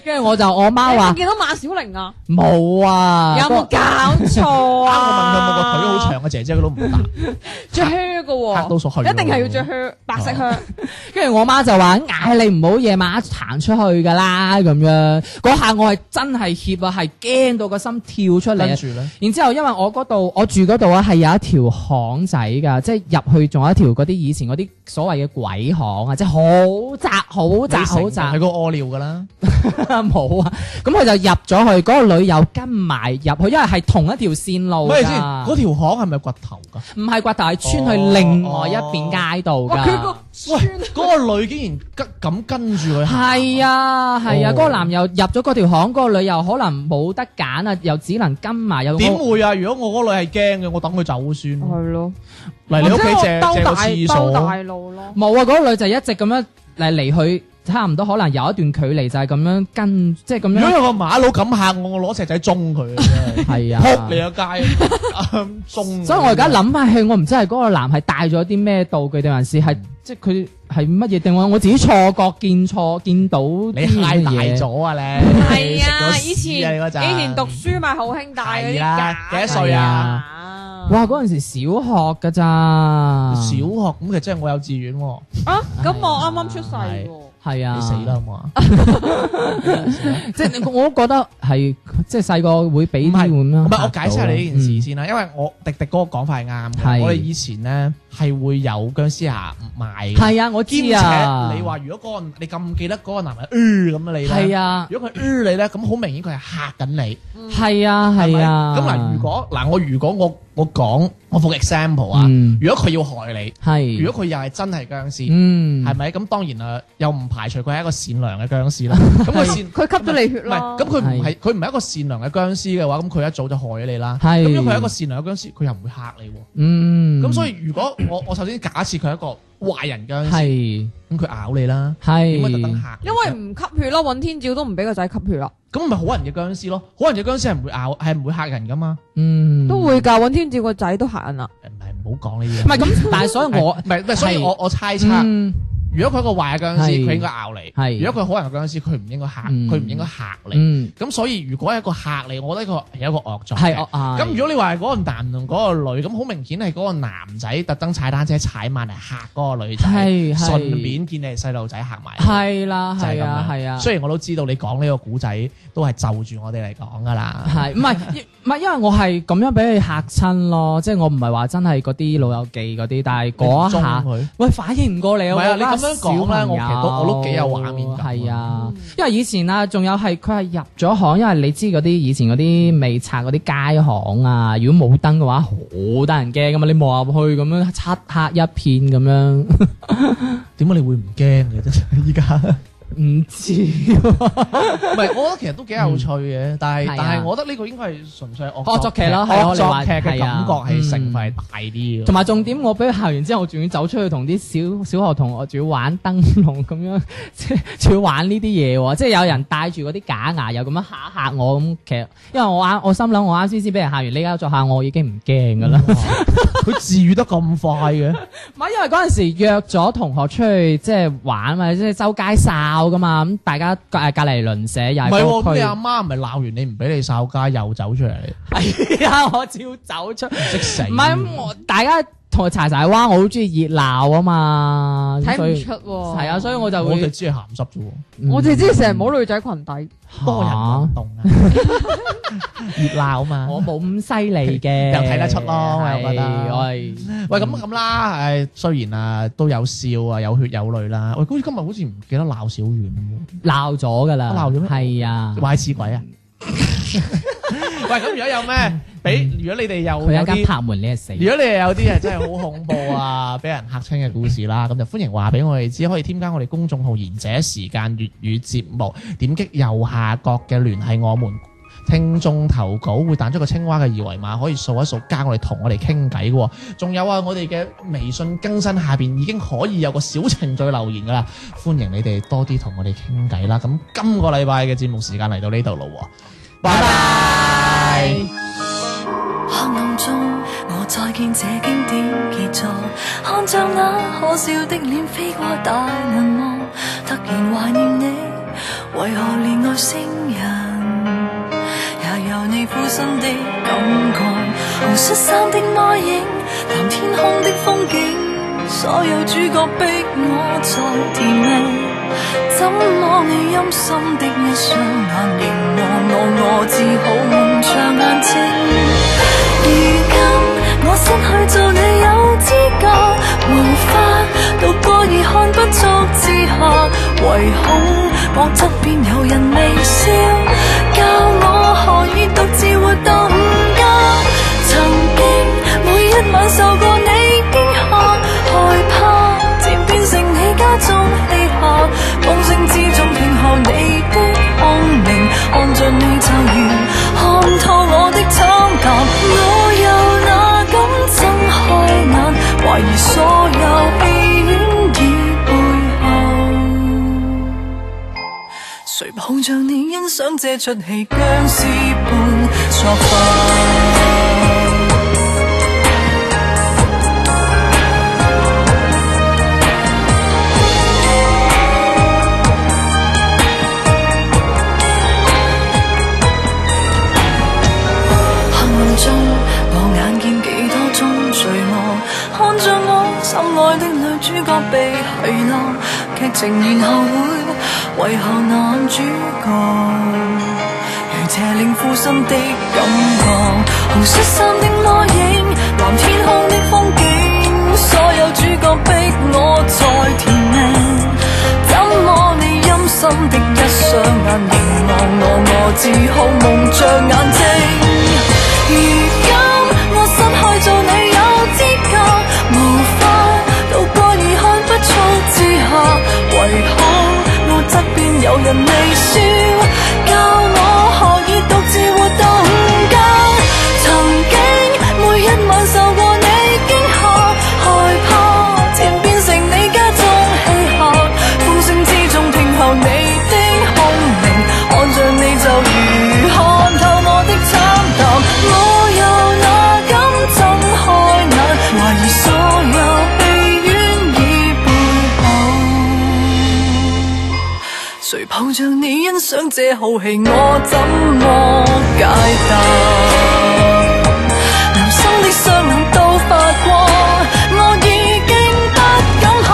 S2: 跟住我就我媽
S3: 我
S1: [LAUGHS]
S2: 話
S3: 見到馬小玲啊，
S2: 冇啊，
S3: 有冇搞錯
S1: 啱我
S3: 啊？
S1: 問佢有冇個腿好長嘅姐姐，佢都唔答，
S3: 着靴㗎
S1: 嚇到
S3: 喎，
S1: 傻去。
S3: 一定係要着。靴，白色靴。
S2: 跟住我媽就話：嗌你唔好夜晚行出去噶啦，咁樣嗰下我係真係怯啊，係驚到個心跳出嚟
S1: 跟
S2: 啊。
S1: 住咧，
S2: 然之後，因為我嗰度我住嗰度啊，係有一條巷仔㗎，即係入去仲有一條嗰啲以前嗰啲所謂嘅鬼巷啊，即係好窄、好窄、好窄
S1: 係個屙尿㗎啦。
S2: 冇啊。咁佢就入咗去，嗰、個女友跟埋入去，因為係同一條線路
S1: 咩先？嗰
S2: 㗎，
S1: 條巷係咪掘頭㗎？
S2: 唔係掘頭，係穿去另外一邊街道㗎。
S3: 哇！佢個
S1: 喂，嗰個女竟然跟咁跟住佢行。
S2: 係啊，係啊，嗰
S1: 哦
S2: 個男又入咗嗰條巷，嗰個女又可能冇得揀啊，又只能跟埋又
S1: 點會啊？如果我嗰女係驚嘅，我等佢走先。
S3: 係咯，
S1: 嚟你屋企
S3: 或
S1: 借
S3: 者我
S1: 借個廁
S3: 兜大兜
S1: 所
S3: 大。路咯。
S2: 冇啊？嗰個女就一直咁樣嚟嚟去差唔多可能有一段距離就係咁樣跟，即係咁
S1: 如果
S2: 樣
S1: 有個馬佬咁嚇我，我攞石仔中佢，真係
S2: 係
S1: 撲
S2: 啊。
S1: 你個街， [LAUGHS] 嗯中！
S2: 所以我而家，諗翻去，我唔知係嗰個男係帶咗啲咩道具定還是係即係佢係乜嘢定位？我自己錯覺見錯見到啲
S1: 你嗨大
S2: 嘢
S1: 咗啊你！
S3: 係啊，
S1: 你
S3: 以
S1: 食咗屎啊
S3: 前
S1: 你嗰陣
S3: 以前讀書咪好興戴嗰啲
S1: 係啦
S3: 假
S1: 幾多歲啊
S3: 啊
S2: 哇！嗰陣時小學㗎咋，
S1: 小學咁，其實即係我幼稚園喎，
S3: 啊，咁我啱啱出世喎。
S2: 係啊，
S1: 你死啦！嘛！
S2: 即係我都覺得係即係細個會俾
S1: 唔
S2: 啲
S1: 係
S2: 咁樣。
S1: 唔係，我解釋下你呢件事先啦，因為我迪迪嗰個講法嗯係啱嘅。
S2: 係
S1: 我哋以前咧係會有僵屍俠賣嘅，
S2: 係啊，我知
S1: 兼
S2: 啊。
S1: 且你話如果嗰個你咁記得嗰個男人呃咁你咧，
S2: 係啊，
S1: 如果佢呃你咧，咁好明顯佢係嚇緊你。
S2: 係啊，
S1: 係
S2: 係
S1: 咪
S2: 啊。
S1: 咁嗱，如果嗱，我如果我我講我副 example 啊，
S2: 嗯
S1: 如果佢要害你，
S2: 係，
S1: 如果佢又係真係僵屍，
S2: 嗯
S1: 係咪？咁當然啊，又唔排除佢係一個善良嘅
S2: [LAUGHS]
S1: 僵屍啦。咁佢善
S3: 佢吸咗你血
S1: 唔
S3: 咯。
S1: 係，咁佢唔係
S2: 係
S1: 佢唔係一個善良嘅僵屍嘅話，咁佢一早就害咗你啦。
S2: 係
S1: 咁如果佢係一個善良嘅僵屍，佢又唔會嚇你喎。
S2: 嗯
S1: 咁所以如果我我首先假設佢係一個壞人僵屍，
S2: 係
S1: 咁佢咬你啦，點解特登
S2: 係
S1: 嚇你？
S3: 因為唔吸血咯，尹天照都唔俾個仔吸血啦，
S1: 咁咪好人嘅僵屍咯，好人嘅僵屍係唔會咬，係唔會嚇人噶嘛。
S2: 嗯
S3: 都會㗎。尹天照個仔都嚇人啊啦，
S1: 唔係唔好講呢
S2: 唔
S1: 啲嘢。
S2: 係咁，但係所以我
S1: 唔係唔係，所以我我猜測。
S2: 嗯
S1: 如果佢係一個壞嘅僵屍，
S2: 係
S1: 佢應該咬你；
S2: 係
S1: 如果佢好人嘅僵屍，佢唔應該嚇，
S2: 嗯
S1: 佢唔應該嚇你。
S2: 嗯
S1: 咁所以如果係一個嚇你，我覺得佢係一個惡作
S2: 係
S1: 嘅。
S2: 我啊
S1: 咁如果你話係嗰個男同嗰個女，咁好明顯係嗰個男仔特登踩單車踩慢嚟嚇嗰個女仔，
S2: 係係
S1: 順便見你係細路仔嚇埋你。
S2: 係啦，
S1: 就係
S2: 係
S1: 咁
S2: 啊
S1: 樣，
S2: 係啊。
S1: 雖然我都知道你講呢個古仔都係就住我哋嚟講㗎啦。
S2: 係，
S1: [LAUGHS]
S2: 唔係唔係，因為我係咁樣俾佢嚇親咯，即係我唔係話真係嗰啲老友記嗰啲，但係嗰一下
S1: 你唔中佢
S2: 喂反應唔過嚟
S1: 唔係啊你咁樣講
S2: 咧，
S1: 咧我其實都我都幾有畫面感嗯
S2: 係啊，因為以前啊，仲有係佢係入咗行，因為你知嗰啲以前嗰啲未拆嗰啲街巷啊，如果冇燈嘅話，好得人驚噶嘛，你望入去咁樣漆黑一片咁樣，
S1: 點解你會唔驚嘅？真係 [LAUGHS] 依家。
S2: 唔知
S1: [LAUGHS] 唔係，我覺得其實都幾有趣嘅，但係
S2: 係啊
S1: 但係我覺得呢個應該係純粹係惡
S2: 惡作劇咯係
S1: 惡
S2: 我哋
S1: 作
S2: 話
S1: 劇嘅感
S2: 係啊
S1: 覺係成分係
S2: 嗯
S1: 大啲嘅。
S2: 同埋重點，我俾佢嚇完之後，我仲要走出去同啲小小學同學仲要玩燈籠咁樣， [LAUGHS] 即係仲要玩呢啲嘢喎。即係有人戴住嗰啲假牙又咁樣嚇嚇我咁，其實因為我啱我心諗我啱先先俾人嚇完，呢家再嚇我已經唔驚噶
S1: 嗯
S2: 啦。
S1: [LAUGHS] 佢治愈得咁快嘅，
S2: 唔係因為嗰陣時約咗同學出去即係玩嘛，即係周街哨噶嘛，咁大家隔隔離鄰舍又
S1: 唔係
S2: 係
S1: 喎，
S2: 嗰
S1: 咁
S2: 區
S1: 你阿媽唔係鬧完你唔俾你哨街，又走出嚟，
S2: [LAUGHS] 係啊，我照走出。
S1: 你識死。
S2: 唔係咁，我大家同佢柴柴灣，我好中意熱鬧啊嘛，
S3: 睇
S2: 所
S3: 唔
S2: 以
S3: 出喎。
S2: 係啊，所以我就
S1: 我
S2: 會
S1: 哋。只係鹹濕啫喎，
S3: 我哋知成日冇女仔裙底，
S1: 多人運動啊，嗯熱鬧啊嘛。
S2: 我冇咁犀利嘅，
S1: [LAUGHS] 又睇得出咯我又覺得
S2: 係我係
S1: 喂，咁咁啦，誒，雖然啊都有笑啊，有血有淚啦。喂，好似今日好似唔記得鬧小遠喎。
S2: 鬧咗噶啦，
S1: 哦鬧咗咩
S2: 係啊，
S1: 壞屎鬼啊！ [LAUGHS] 喂，咁如果有咩俾，如果你哋有
S2: 佢有
S1: 有
S2: 間
S1: 啲，
S2: 拍門，你係死。
S1: 如果你哋有啲係真係好恐怖啊，俾人嚇親嘅故事啦，咁就歡迎話俾我哋知，可以添加我哋公眾號賢者時間粵語節目，點擊右下角嘅聯繫我們。聽眾投稿會彈出個青蛙嘅二維碼，可以掃一掃加我哋同我哋傾偈嘅喎。仲有啊，我哋嘅微信更新下邊已經可以有個小程序留言噶啦，歡迎你哋多啲同我哋傾偈啦。咁今個禮拜嘅節目時間嚟到呢度咯喎，拜拜。
S5: 黑暗中，我再見這經典傑作，看着那可笑的臉飛過大銀幕，突然懷念你，為何連外星人也有你負心的感覺？紅恤衫的孖影，藍天空的風景，所有主角逼我在甜蜜。怎麼你陰森的一雙眼凝望我，我只好蒙着眼睛。如今我失去做你有資格，無法獨個兒看不足之下，唯恐我側邊有人微笑，教我何以獨自活到午間。曾經每一晚受過你驚嚇，害怕漸變成你家中氣下，風聲之中聽候你的空靈，看着你就如看透我的醜談，我有那敢睜開眼，懷疑所有戲院已背後。谁碰像你欣赏这出戏僵尸般作法？黑暗中，我眼見幾多宗罪惡，看着我心愛的女主角被遺漏，劇情然後會遺下男主角。如邪靈附身的感覺，紅恤衫的魔影，藍天空的風景，所有主角逼我在填命。怎麼你陰森的一雙眼凝望我，我只好蒙着眼睛。如今我失去做你有資格，無法渡過而看不出之下，唯好我側邊有人微笑，教我何以獨自活動家。曾經每一晚受過你驚嚇，害怕漸變成你家中戲客，歡聲之中聽候你的空靈，看着你就如看透我的慘淡，我有哪敢睜開眼，懷疑所有戲院已背叛。誰抱着你欣賞這好戲，我怎麼解答？男生的雙眼都發光，我已經不敢看。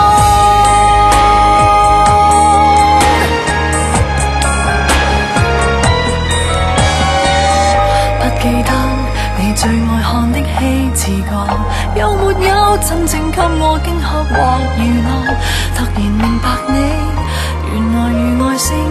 S5: 不記得你最愛看的戲字角，有沒有真正給我驚嚇或娛樂？突然明白你，原來如外星